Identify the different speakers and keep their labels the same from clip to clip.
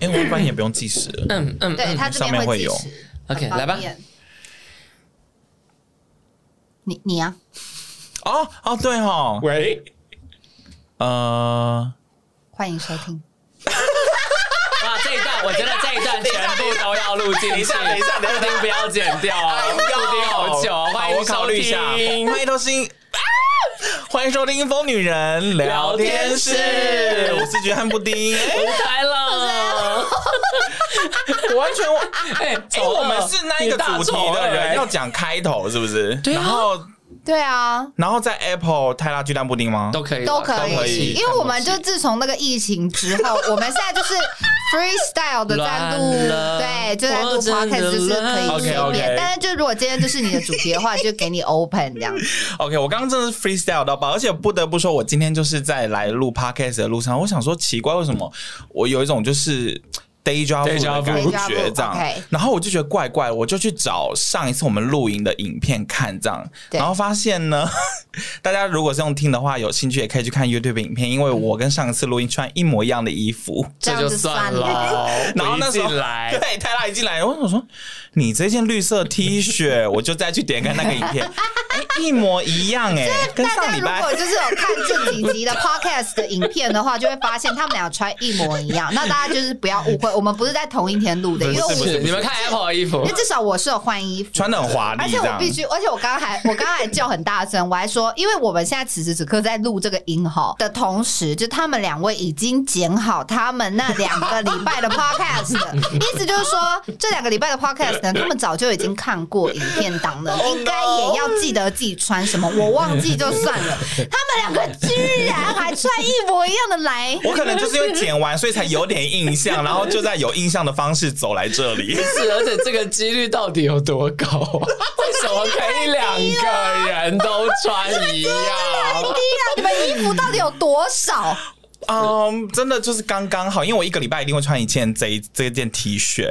Speaker 1: 因为我发现也不用计时了。
Speaker 2: 嗯嗯，
Speaker 3: 对，
Speaker 2: 嗯
Speaker 3: 它这
Speaker 1: 上
Speaker 3: 边
Speaker 1: 面会
Speaker 3: 计
Speaker 1: 有
Speaker 3: 时。很
Speaker 2: OK，
Speaker 3: 方
Speaker 2: 来吧
Speaker 3: 便。你你啊，
Speaker 1: 哦哦，对哦，
Speaker 2: 喂，
Speaker 1: 呃，
Speaker 3: 欢迎收听。
Speaker 2: 哇，这一段我觉得这一段全部都要录进
Speaker 4: 等一
Speaker 2: 去，
Speaker 4: 下等一下等一下
Speaker 2: 布丁不要剪掉啊，布丁好久，欢迎
Speaker 4: 我考虑一下
Speaker 2: 收听
Speaker 1: 欢迎收听，啊欢迎收听《疯女人聊天室》
Speaker 2: 聊天室，哎
Speaker 1: 我是觉汉布丁。
Speaker 2: 舞台了，
Speaker 1: 我完全忘，
Speaker 2: 哎，
Speaker 1: 哎、
Speaker 2: 丑恶
Speaker 1: 我们是那一个主题的人，要讲开头是不是？
Speaker 2: 对啊
Speaker 1: 然后，
Speaker 3: 对啊，你
Speaker 1: 然后在 Apple 泰拉巨蛋布丁吗？
Speaker 2: 都可以
Speaker 3: 都
Speaker 2: 啦
Speaker 3: 可
Speaker 1: 都可
Speaker 3: 以，
Speaker 1: 以
Speaker 3: 因为我们就自从那个疫情之后，我们现在就是 freestyle 的在录
Speaker 2: 乱，了
Speaker 3: 对，就在录
Speaker 2: 我真的
Speaker 3: podcast，就是可以随
Speaker 1: 乱
Speaker 3: 便。
Speaker 1: OK，OK
Speaker 3: 但是就如果今天就是你的主题的话，就给你 open 这样。
Speaker 1: OK，我刚刚真的是 freestyle 到爆，而且不得不说，我今天就是在来录 podcast 的路上，我想说奇怪，为什么我有一种就是 deja vu
Speaker 4: Deja
Speaker 1: 的
Speaker 4: vu
Speaker 1: 感觉
Speaker 3: Deja vu，
Speaker 1: 这样
Speaker 3: OK，
Speaker 1: 然后我就觉得怪怪，我就去找上一次我们录影的影片看这样，
Speaker 3: 对
Speaker 1: 然后发现呢， 大家如果是用听的话，有兴趣也可以去看 YouTube 影片，因为我跟上一次录音穿一模一样的衣服。
Speaker 3: 这样
Speaker 2: 就
Speaker 3: 子
Speaker 2: 算
Speaker 3: 了。
Speaker 2: 了。
Speaker 1: 然后那时候
Speaker 2: 我一进来
Speaker 1: 对，泰拉一进来，我想说，你这件绿色 T 恤，我就再去点开那个影 片，哎、一模一样哎、跟
Speaker 3: 大
Speaker 1: 上
Speaker 3: 家
Speaker 1: 礼
Speaker 3: 如
Speaker 1: 拜
Speaker 3: 果就是有看这几集的 podcast 的影片的话，就会发现他们俩穿一模一样。那大家就是不要误会，我们不是在同一天录的，因为我
Speaker 1: 不是
Speaker 2: 是
Speaker 3: 因
Speaker 2: 你们看 Apple 的衣服
Speaker 3: 为，至少我是有换衣服，
Speaker 1: 穿的很华
Speaker 3: 而
Speaker 1: 丽，
Speaker 3: 且
Speaker 1: 这
Speaker 3: 我
Speaker 1: 样
Speaker 3: 必须，而且我刚刚还，我刚刚还叫很大声，我还说，因为我们现在此时此刻在录这个音哈的同时，就他们两位已经剪好他们那两个礼拜的 podcast，了意思就是说这两个礼拜的 podcast 呢，他们早就已经看过影片档了，应该
Speaker 1: 哦
Speaker 3: 也要记得自己穿什么，我忘记就算了，他们两个居然还穿一模一样的来。
Speaker 1: 我可能就是因为剪完，所以才有点印象，然后就在有印象的方式走来这 里。
Speaker 2: 是，而且这个几率到底有多高啊？为什么可以两个人都穿一
Speaker 3: 第一
Speaker 2: 样？
Speaker 3: 啊，你们衣服到底有多少？
Speaker 1: 嗯，真的就是刚刚好，因为我一个礼拜一定会穿一件这一这件 T 恤，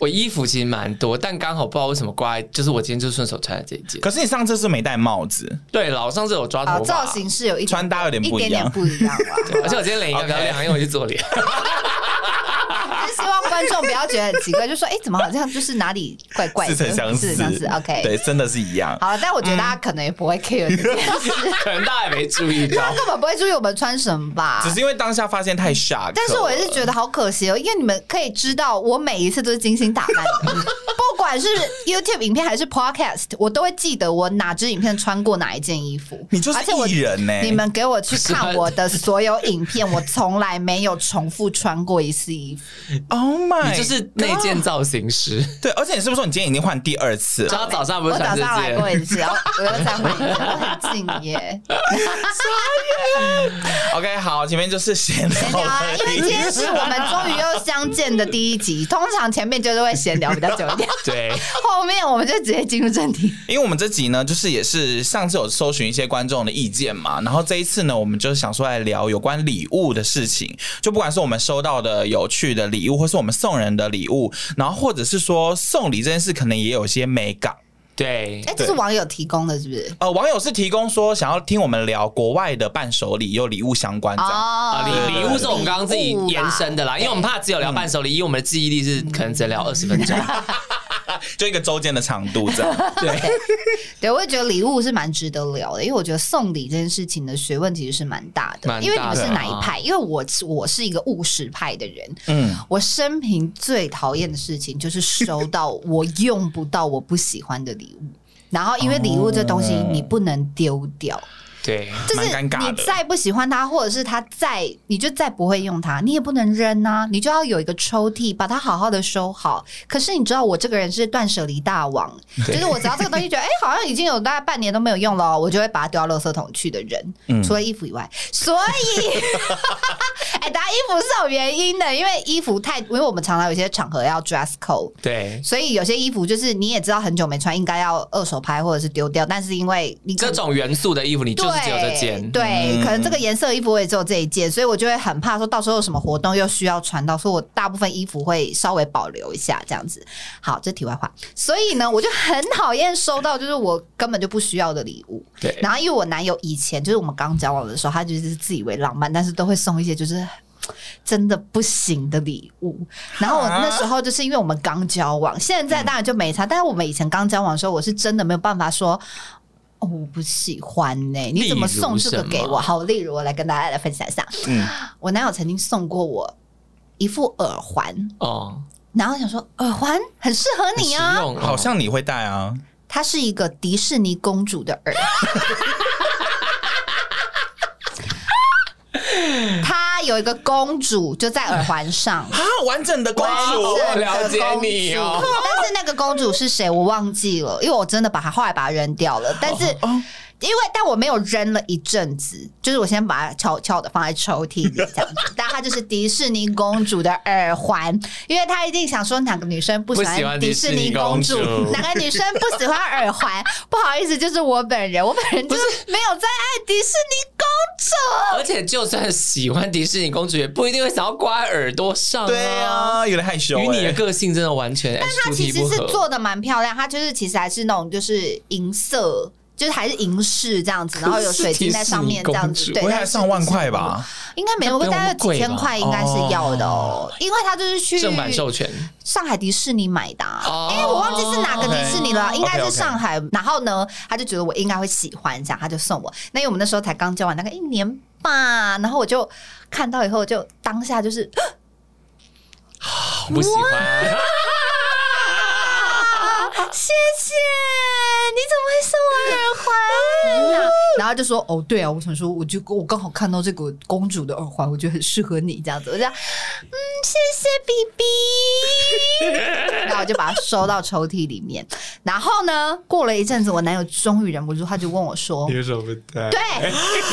Speaker 2: 我衣服其实蛮多，但刚好不知道为什么挂在，就是我今天就顺手穿了这一件。
Speaker 1: 可是你上次是没戴帽子，
Speaker 2: 对了，我上次有抓
Speaker 3: 好，
Speaker 2: 头
Speaker 3: 啊造
Speaker 2: 发，
Speaker 3: 型是有一
Speaker 1: 穿搭有点
Speaker 3: 一
Speaker 1: 不
Speaker 3: 点
Speaker 1: 一
Speaker 3: 点
Speaker 1: 样。
Speaker 3: 不一样啊 了。
Speaker 2: 而且我今天脸应该比较亮，因为我去做脸。
Speaker 3: 就是希望观众不要觉得很奇怪，就说哎、诶怎么好像就是哪里怪怪的，
Speaker 1: 似曾相
Speaker 3: 似
Speaker 1: 识
Speaker 3: 相似。OK，
Speaker 1: 对，真的是一样。
Speaker 3: 好了，但我觉得大家可能也不会 care 这件事，
Speaker 2: 可能大家也没注意
Speaker 3: 他
Speaker 2: 到。
Speaker 3: 根本不会注意我们穿什么吧
Speaker 1: 只。是因为当下发现太 shock，
Speaker 3: 但是我也
Speaker 1: 了
Speaker 3: 是觉得好可惜哦，因为你们可以知道，我每一次都是精心打 扮的，不管是 YouTube 影片还是 Podcast，我都会记得我哪支影片穿过哪一件衣服。
Speaker 1: 你就是
Speaker 3: 而且我
Speaker 1: 艺人欸呢
Speaker 3: 你们给我去
Speaker 1: 啊
Speaker 2: 是吧
Speaker 3: 看我的所有影片，我从来没有重复穿过一次衣服。
Speaker 1: ，Oh my，
Speaker 2: 你就是内建造型师，
Speaker 1: 对，而且你是不是说你今天已经换第二次
Speaker 2: 知
Speaker 1: 了？
Speaker 2: 道早上不
Speaker 3: 我
Speaker 2: 是
Speaker 3: 早
Speaker 2: 穿这
Speaker 3: 上来过
Speaker 2: 件？
Speaker 3: 一次，然后我又再换一次，我很敬业。
Speaker 1: OK，好，前面就是闲聊
Speaker 3: 闲聊啊，
Speaker 1: 而已
Speaker 3: 因为今天是我们终于又相见的第一集，通常前面就是会闲聊比较久一点，
Speaker 2: 对，
Speaker 3: 后面我们就直接进入正题。
Speaker 1: 因为我们这集呢，就是也是上次有搜寻一些观众的意见嘛，然后这一次呢，我们就是想说来聊有关礼物的事情，就不管是我们收到的有趣的礼物，或是我们送人的礼物，然后或者是说送礼这件事，可能也有些美感。
Speaker 2: 对
Speaker 3: 哎、，这是网友提供的，是不是？
Speaker 1: 呃，网友是提供说想要听我们聊国外的伴手礼，有礼物相关这样。
Speaker 3: 哦
Speaker 2: 啊，礼礼物是我们刚刚自己延伸
Speaker 3: 的。
Speaker 2: 的啦，因为我们怕只有聊伴手礼，因为我们的记忆力是可能只能
Speaker 3: 嗯
Speaker 2: 聊二十分钟。
Speaker 1: 就一个周间的长度这样。
Speaker 3: 对，我也觉得礼物是蛮值得聊的，因为我觉得送礼这件事情的学问其实是蛮大的。
Speaker 2: 蛮大的啊
Speaker 3: 因为你们是哪一派？因为我是我是一个务实派的人，
Speaker 1: 嗯，
Speaker 3: 我生平最讨厌的事情就是收到我用不到、我不喜欢的礼物。然后，因为礼物这东西
Speaker 1: 哦
Speaker 3: 你不能丢掉，
Speaker 2: 对，
Speaker 3: 就是
Speaker 1: 蛮尴尬的
Speaker 3: 你再不喜欢它，或者是它再你就再不会用它，你也不能扔啊，你就要有一个抽屉把它好好的收好。可是你知道我这个人是断舍离大 王，就是我只要这个东西觉得哎、好像已经有大概半年都没有用了哦，我就会把它丢到垃圾桶去的人，
Speaker 1: 嗯
Speaker 3: 除了衣服以外，所以哎，当然衣服是有原因的，因为衣服太，因为我们常常有些场合要 dress code。
Speaker 2: 对，
Speaker 3: 所以有些衣服就是你也知道很久没穿，应该要二手拍或者是丢掉，但是因为你可
Speaker 2: 这
Speaker 3: 能
Speaker 2: 种元素的衣服你
Speaker 3: 对
Speaker 2: 就是只有这件，
Speaker 3: 对，
Speaker 1: 嗯
Speaker 3: 可能这个颜色的衣服我也只有这一件，所以我就会很怕说到时候有什么活动又需要穿到，所以我大部分衣服会稍微保留一下这样子。好，这题外话。所以呢，我就很讨厌收到就是我根本就不需要的礼物。
Speaker 2: 对
Speaker 3: 然后因为我男友以前就是我们刚交往的时候，他就是自以为浪漫，但是都会送一些就是。真的不行的礼物。然后我
Speaker 1: 啊
Speaker 3: 那时候就是因为我们刚交往，现在当然就没差，但是我们以前刚交往的时候，我是真的没有办法说。哦，我不喜欢呢、你怎么送这个
Speaker 2: 例
Speaker 3: 给
Speaker 2: 如什
Speaker 3: 我？
Speaker 2: 么
Speaker 3: 好，例如我来跟大家来分享一下，
Speaker 1: 嗯，
Speaker 3: 我男友曾经送过我一副耳环，
Speaker 2: 哦，
Speaker 3: 然后想说耳环很适合你
Speaker 2: 很实
Speaker 3: 啊，
Speaker 2: 用 哦
Speaker 1: 好像你会戴啊，
Speaker 3: 它是一个迪士尼公主的耳。它有一个公主就在耳环上，
Speaker 1: 啊，完整的公
Speaker 2: 哇
Speaker 1: 主
Speaker 2: 我了解你哦
Speaker 3: 公主但是那个公主是谁我忘记了，因为我真的把它后来把它扔掉了，但是。
Speaker 1: 哦，
Speaker 3: 因为但我没有扔了一阵子，就是我先把它悄悄的放在抽屉里这样子。但它就是迪士尼公主的耳环，因为她一定想说哪个女生不
Speaker 2: 不
Speaker 3: 喜
Speaker 2: 喜欢
Speaker 3: 欢
Speaker 2: 迪
Speaker 3: 迪
Speaker 2: 士
Speaker 3: 士
Speaker 2: 尼
Speaker 3: 尼
Speaker 2: 公
Speaker 3: 公
Speaker 2: 主
Speaker 3: 主，哪个女生不喜欢耳环？不好意思，就是我本人，我本人就是没有在爱迪士尼公主。
Speaker 2: 而且就算喜欢迪士尼公主，也不一定会想要挂在耳朵上、
Speaker 1: 对，啊，有点害羞、欸。
Speaker 2: 与你的个性真的完全但
Speaker 3: 她其实是做的蛮漂亮，她就是其实还是那种就是银色。就是还是银饰这样子，然后有水晶在上面这样
Speaker 2: 可是迪士尼公主
Speaker 3: 子，对，
Speaker 1: 不会
Speaker 3: 但
Speaker 1: 还
Speaker 3: 是
Speaker 1: 上万块
Speaker 3: 迪士尼公主
Speaker 1: 吧？
Speaker 3: 应该没有，
Speaker 2: 那不用
Speaker 3: 大概
Speaker 2: 那么
Speaker 3: 几千
Speaker 2: 贵吧
Speaker 3: 块应该是要的哦，因为他就是去
Speaker 2: 正版授权，
Speaker 3: 上海迪士尼买的、啊，
Speaker 2: 哦
Speaker 3: 哎、我忘记是哪个迪士尼了
Speaker 1: OK
Speaker 3: 应该是上海。然后呢，他就觉得我应该会喜欢，这样他就送我。那因为我们那时候才刚交往大概一年吧，然后我就看到以后就当下就是
Speaker 2: 我不喜欢。
Speaker 3: 谢谢，你怎么会送我耳环？ 然后就说哦，对啊，我想说，我就我刚好看到这个公主的耳环，我觉得很适合你这样子。我就这样嗯，谢谢 B B。然后我就把它收到抽屉里面。然后呢，过了一阵子，我男友终于忍不住，他就问我说：“
Speaker 1: 为什么不戴？
Speaker 3: 对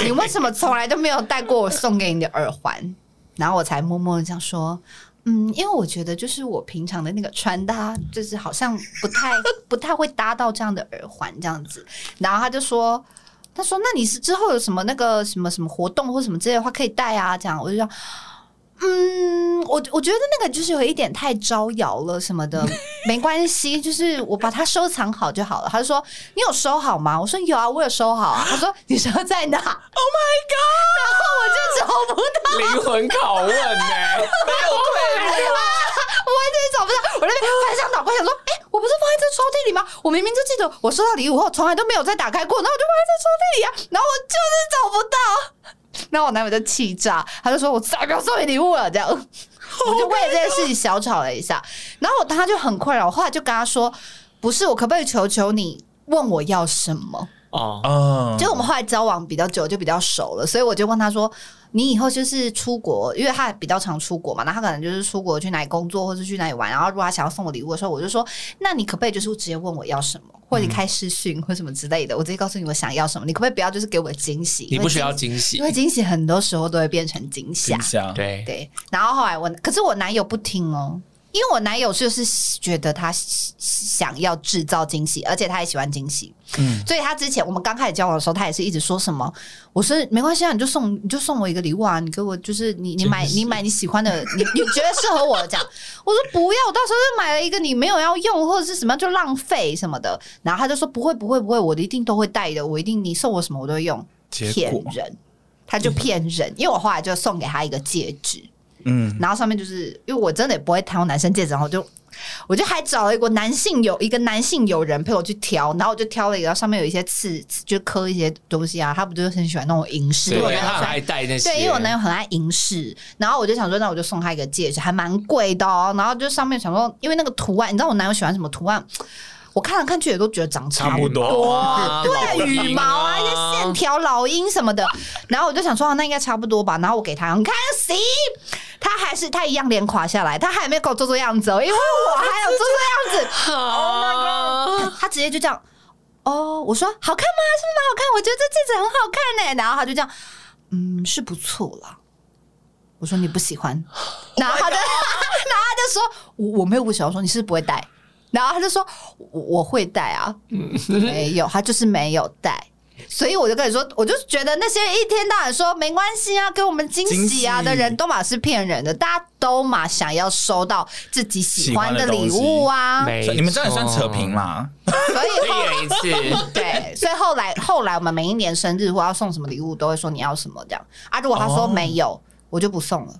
Speaker 3: 你为什么从来都没有戴过我送给你的耳环？然后我才默默的这样说，嗯，因为我觉得就是我平常的那个穿搭，就是好像不太不太会搭到这样的耳环这样子。然后他就说。他说：“那你是之后有什么那个什么什么活动或什么之类的话可以戴啊？”这样我就说：“嗯，我我觉得那个就是有一点太招摇了什么 的，没关系，就是我把它收藏好就好了。”他就说：“你有收好吗？”我说：“有啊，我有收好啊。”他说：“你收在哪？”Oh my god！然后我就找不到，
Speaker 2: 灵魂拷问欸呢、
Speaker 3: 我完全找不到。我那边翻箱倒柜，想说：“哎、我不是放在这抽屉里吗？我明明就记得我收到礼物后，从来都没有再打开过，然后我就放在这抽屉里啊，然后我就是找不到。” 然后我男友就气炸，他就说：“我再也不要送你礼物了。”这样，我就为了这件事情小吵了一下。然后我他就很困扰，我后来就跟他说：“不是，我可不可以求求你问我要什么？”
Speaker 2: 哦，
Speaker 1: 嗯，
Speaker 3: 就我们后来交往比较久，就比较熟了，所以我就问他说：“你以后就是出国，因为他比较常出国嘛，那他可能就是出国去哪里工作，或是去哪里玩。然后如果他想要送我礼物的时候，我就说：那你可不可以就是直接问我要什么，
Speaker 2: 嗯
Speaker 3: 或者你开视讯或什么之类的，我直接告诉你我想要什么。你可不可以不要就是给我惊喜？
Speaker 2: 你不需
Speaker 3: 因为
Speaker 2: 要
Speaker 3: 惊，
Speaker 2: 惊喜
Speaker 3: 因，为惊喜很多时候都会变成惊吓
Speaker 1: 惊。吓，
Speaker 2: 对，
Speaker 3: 对，然后后来我，可是我男友不听哦。因为我男友就是觉得他想要制造惊喜，而且他也喜欢惊喜，
Speaker 1: 嗯
Speaker 3: 所以他之前我们刚开始交往的时候，他也是一直说什么，我说没关系啊，你就送你就送我一个礼物啊，你给我就是你你买
Speaker 2: 真是
Speaker 3: 你买你喜欢的，你你觉得适合我的这样。我说不要，我到时候就买了一个你没有要用或者是什么样就浪费什么的。然后他就说不会不会不会，我一定都会带的，我一定你送我什么我都会用。
Speaker 1: 结
Speaker 3: 骗
Speaker 1: 果
Speaker 3: 人，他就骗人，因为我后来就送给他一个戒指，
Speaker 1: 嗯，
Speaker 3: 然后上面就是因为我真的也不会挑男生戒指，然后我就我就还找了一个男性友一个男性友人陪我去挑，然后我就挑了一个上面有一些刺，刺就刻一些东西啊，他不就是很喜欢那种银饰，
Speaker 2: 对，
Speaker 3: 因为我
Speaker 2: 因为
Speaker 3: 男友
Speaker 2: 他
Speaker 3: 很
Speaker 2: 很
Speaker 3: 爱
Speaker 2: 爱戴那些，
Speaker 3: 对，因为我男友很爱银饰，然后我就想说，那我就送他一个戒指，还蛮贵的哦。然后就上面想说，因为那个图案，你知道我男友喜欢什么图案？我看来看去也都觉得长
Speaker 1: 差不多
Speaker 2: 哇
Speaker 3: 对，羽毛啊，
Speaker 2: 啊老鹰
Speaker 3: 一些线条、老鹰什么的。然后我就想说，啊那应该差不多吧。然后我给他，你看行，他还是他一样脸垮下来，他还没有给我做做样子哦，因为我还有做做样子。，Oh
Speaker 2: 好，
Speaker 3: 他直接就这样，哦，我说好看吗？是不是蛮好看？我觉得这戒指很好看呢、然后他就这样，嗯，是不错啦。我说你不喜欢，然后他就，然后 他就说，我我没有不喜欢。我说你是不是不会戴，然后他就说我我会戴啊，没有，他就是没有戴。所以我就跟你说，我就觉得那些一天到晚说没关系啊，给我们惊喜啊
Speaker 1: 惊喜
Speaker 3: 的人，都嘛是骗人的。大家都嘛想要收到自己喜欢的
Speaker 1: 喜欢的东
Speaker 3: 礼
Speaker 1: 西
Speaker 3: 物啊，
Speaker 2: 没
Speaker 1: 所以你们这样也算扯平
Speaker 2: 了，
Speaker 1: 啦。
Speaker 3: 所以
Speaker 2: 可
Speaker 3: 后
Speaker 2: 以一 次。
Speaker 3: 对，所以后来后来我们每一年生日或要送什么礼物，都会说你要什么这样啊。如果他说
Speaker 1: 哦
Speaker 3: 没有，我就不送了。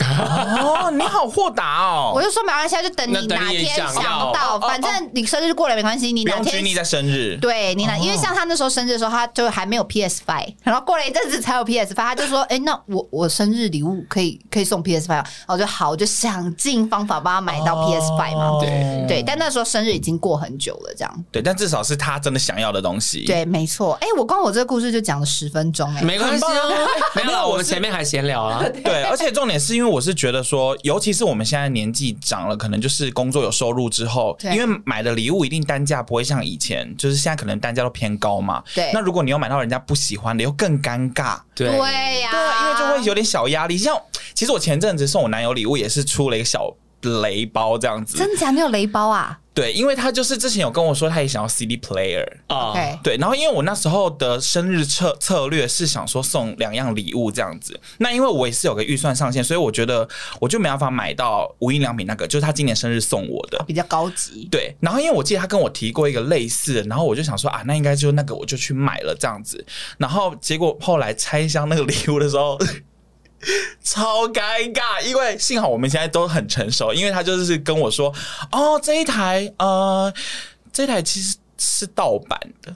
Speaker 1: 哦，你好豁达
Speaker 3: 我
Speaker 1: 哦，
Speaker 3: 就说没关系，就等
Speaker 2: 那
Speaker 3: 你
Speaker 2: 等
Speaker 3: 哪
Speaker 2: 你
Speaker 3: 天
Speaker 2: 想
Speaker 3: 想
Speaker 2: 要
Speaker 3: 到，反正你生日过了没关系，你
Speaker 1: 不
Speaker 3: 哪
Speaker 1: 用拘
Speaker 3: 天
Speaker 1: 泥在生日。
Speaker 3: 对你呢？因为像他那时候生日的时候，他就还没有 PS Five，然后 过了一阵子才有 PS Five，他就说：“哎、那我我生日礼物可以可以送 PS Five。”然后我就好，我就想尽方法帮他买到 PS Five 嘛。
Speaker 1: 哦
Speaker 2: 对
Speaker 3: 对，但那时候生日已经过很久了，这样。
Speaker 1: 对，但至少是他真的想要的东西。
Speaker 3: 对，没错。哎、我光我这个故事就讲了十分钟、哎，
Speaker 2: 没关系啊
Speaker 1: 很棒啊，
Speaker 2: 没有
Speaker 1: 没有
Speaker 2: 啦，我
Speaker 1: 我
Speaker 2: 们
Speaker 1: 是
Speaker 2: 前面还闲聊 啊，
Speaker 1: 对， 而且重点是因为我是觉得说，尤其是我们现在年纪长了，可能就是工作有收入之后，
Speaker 3: 对
Speaker 1: 因为买的礼物一定单价不会像以前，就是现在可能单价都偏高嘛。
Speaker 3: 对
Speaker 1: 那如果你又买到人家不喜欢的，又更尴尬。
Speaker 2: 对
Speaker 3: 对呀、
Speaker 1: 对啊，因为就会有点小压力。像其实我前阵子送我男友礼物也是出了一个小雷包这样子，
Speaker 3: 真的假的？你有雷包啊？
Speaker 1: 对，因为他就是之前有跟我说他也想要 CD player，
Speaker 2: 啊，
Speaker 3: OK
Speaker 1: 对，然后因为我那时候的生日策策略是想说送两样礼物这样子，那因为我也是有个预算上限，所以我觉得我就没办法买到无印良品那个，就是他今年生日送我的。
Speaker 3: 比较高级。
Speaker 1: 对，然后因为我记得他跟我提过一个类似的，然后我就想说啊，那应该就那个，我就去买了这样子。然后结果后来拆箱那个礼物的时候， 超尴尬，因为幸好我们现在都很成熟，因为他就是跟我说，哦，这一台呃，这台其实是盗版的，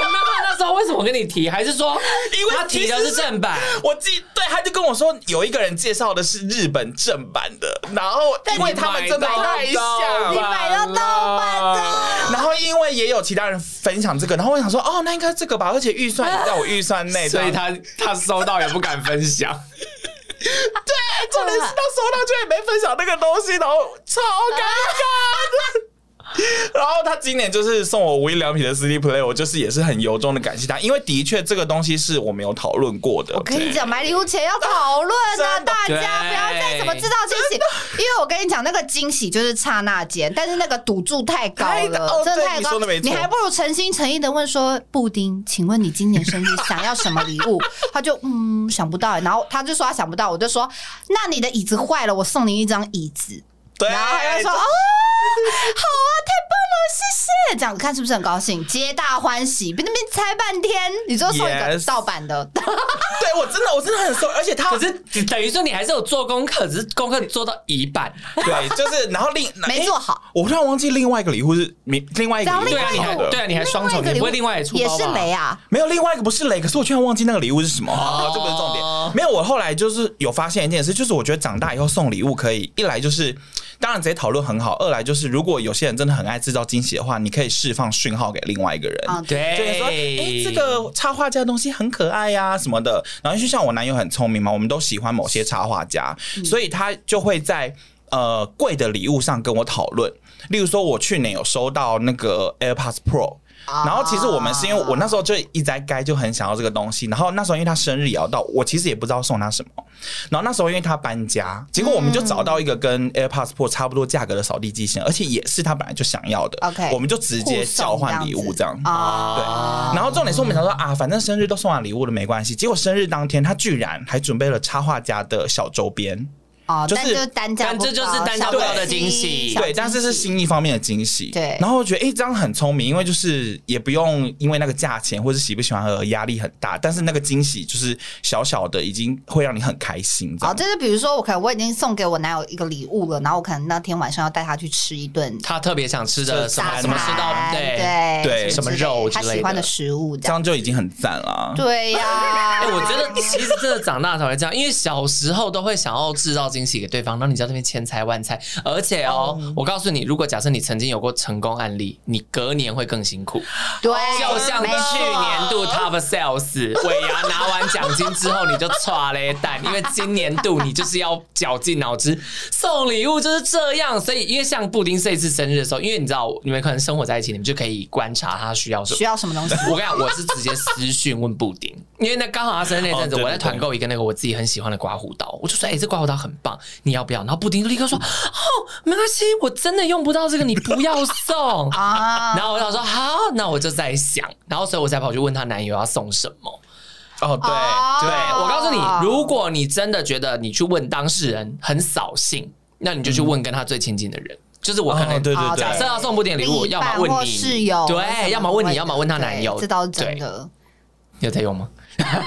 Speaker 2: 那他那时候为什么跟你提？还是说
Speaker 1: 因为
Speaker 2: 他提的
Speaker 1: 其实
Speaker 2: 是正版？
Speaker 1: 我记对，他就跟我说有一个人介绍的是日本正版的，然后因为他们真的太像
Speaker 3: 你
Speaker 1: 了。
Speaker 3: 买到盗版
Speaker 2: 的，
Speaker 1: 然后因为也有其他人分享这个，然后我想说，哦，那应该这个吧，而且预算也在我预算内，
Speaker 2: 所以
Speaker 1: 这样
Speaker 2: 他他收到也不敢分 享。
Speaker 1: 重哎点是他收到居然没分享那个东西，然后超尴尬 的。然后他今年就是送我无印良品的 CD Play，我就是也是很由衷的感谢他，因为的确这个东西是我没有讨论过的。
Speaker 3: 我跟你讲，买礼物前要讨论啊，
Speaker 1: 真的
Speaker 3: 大家不要再什么制造惊喜，因为我跟你讲，那个惊喜就是刹那间，但是那个赌注太高
Speaker 1: 太
Speaker 3: 了，
Speaker 1: 哦
Speaker 3: 真的
Speaker 1: 对
Speaker 3: 太
Speaker 1: 你
Speaker 3: 高
Speaker 1: 说的没，错
Speaker 3: 还不如诚心诚意的问说，布丁，请问你今年生日想要什么礼物？ 他就嗯想不到欸，然后他就说他想不到，我就说那你的椅子坏了，我送你一张椅子，
Speaker 1: 对，
Speaker 3: 然后他就说哦。好啊，太棒了，谢谢！这样看是不是很高兴，皆大欢喜？比那边猜半天，你就送一个
Speaker 1: Yes
Speaker 3: 盗版的，
Speaker 1: 对我真的我真的很受，而且他
Speaker 2: 可是等于说你还是有做功课，只是功课做到一半。
Speaker 1: 对，就是然后另
Speaker 3: 没做好。
Speaker 1: 我突然忘记另外一个礼物是明另外一个礼物
Speaker 3: 然
Speaker 2: 对
Speaker 3: 后
Speaker 2: 啊，
Speaker 1: 是
Speaker 2: 你
Speaker 3: 另外
Speaker 2: 还
Speaker 3: 一
Speaker 1: 好的
Speaker 3: 个
Speaker 2: 对啊，你还双重，你不会另外出
Speaker 3: 也
Speaker 2: 包吧
Speaker 3: 是雷啊，
Speaker 1: 没有另外一个不是雷，可是我居然忘记那个礼物是什么。哦，这不是重点。没有，我后来就是有发现一件事，就是我觉得长大以后送礼物可以，一来就是当然直接讨论很好，二来就是如果有些人真的很爱制造惊喜的话，你可以释放讯号给另外一个人。
Speaker 3: 啊
Speaker 2: 对，
Speaker 1: 就是说，哎、这个插画家的东西很可爱呀、什么的。然后就像我男友很聪明嘛，我们都喜欢某些插画家，所以他就会在呃贵的礼物上跟我讨论。例如说，我去年有收到那个 AirPods Pro。然后其实我们是因为我那时候就一直在该就很想要这个东西，然后那时候因为他生日也要到，我其实也不知道送他什么。然后那时候因为他搬家，结果我们就找到一个跟 AirPods Pro 差不多价格的扫地机器人，而且也是他本来就想要的。
Speaker 3: OK
Speaker 1: 我们就直接交换礼物这样。
Speaker 3: 啊，
Speaker 1: 然后重点是我们想说啊，反正生日都送完礼物了，没关系。结果生日当天，他居然还准备了插画家的小周边，
Speaker 3: 哦，
Speaker 1: 就
Speaker 3: 但
Speaker 1: 是
Speaker 3: 就是单价
Speaker 2: 但
Speaker 3: 不高，
Speaker 2: 这就是单价
Speaker 3: 小
Speaker 2: 不
Speaker 1: 高
Speaker 2: 的惊喜
Speaker 3: 小
Speaker 1: 对，但是是
Speaker 3: 喜哦
Speaker 1: 心意方面的惊喜。
Speaker 3: 对
Speaker 1: 然后我觉得哎、这样很聪明，因为就是也不用因为那个价钱或是喜不喜欢而压力很大，但是那个惊喜就是小小的，已经会让你很开心。这
Speaker 3: 好，
Speaker 1: 样
Speaker 3: 就是比如说，我可能我已经送给我男友一个礼物了，然后我可能那天晚上要带他去吃一顿
Speaker 2: 他特别想吃的什
Speaker 3: 大
Speaker 2: 么
Speaker 3: 餐，
Speaker 2: 什么吃到对。
Speaker 3: 对
Speaker 1: 对
Speaker 2: 什么肉之
Speaker 3: 他
Speaker 2: 类的
Speaker 3: 喜欢的食物这
Speaker 1: 这
Speaker 3: 样，
Speaker 1: 样就已经很赞了。啊
Speaker 3: 对呀
Speaker 2: 哎、，我觉得其实真的长大才会这样，因为小时候都会想要制造惊喜给对方，让你在那边千猜万猜。而且哦，
Speaker 3: 嗯
Speaker 2: 我告诉你，如果假设你曾经有过成功案例，你隔年会更辛苦。
Speaker 3: 对，
Speaker 2: 就像
Speaker 3: 哦没
Speaker 2: 去
Speaker 3: 错
Speaker 2: 年度 Top Sales 尾牙拿完奖金之后，你就唰嘞蛋，因为今年度你就是要绞尽脑汁送礼物就是这样。所以，因为像布丁这一次生日的时候，因为你知道你们可能生活在一起，你们就可以观察他需要什么
Speaker 3: 需。要什么东西？
Speaker 2: 我跟你讲，我是直接私讯问布丁，因为那刚好他生日那阵
Speaker 1: 哦
Speaker 2: 子，
Speaker 1: 对
Speaker 2: 我在团购一个那个我自己很喜欢的刮胡刀，我就说，哎、这刮胡刀很棒，你要不要？然后布丁就立刻说，哦，没关系，我真的用不到这个，你不要 送
Speaker 3: 啊
Speaker 2: 然后我想说，好，那我就在想，然后所以我才跑去问她男友要送什么。
Speaker 1: 哦，对
Speaker 3: 哦
Speaker 1: 对，
Speaker 2: 我告诉你
Speaker 3: 哦，
Speaker 2: 如果你真的觉得你去问当事人很扫兴，那你就去问跟他最亲近的人。就是我可能、
Speaker 1: 哦对对
Speaker 3: 好
Speaker 1: 对，
Speaker 2: 假设要送布丁礼物，
Speaker 3: 另一
Speaker 2: 要
Speaker 3: 半
Speaker 2: 么问
Speaker 3: 或
Speaker 2: 你
Speaker 3: 室友，
Speaker 2: 对，要么问你，要么问她男友。
Speaker 3: 对这倒是真的。
Speaker 2: 有在用吗？
Speaker 3: 哎，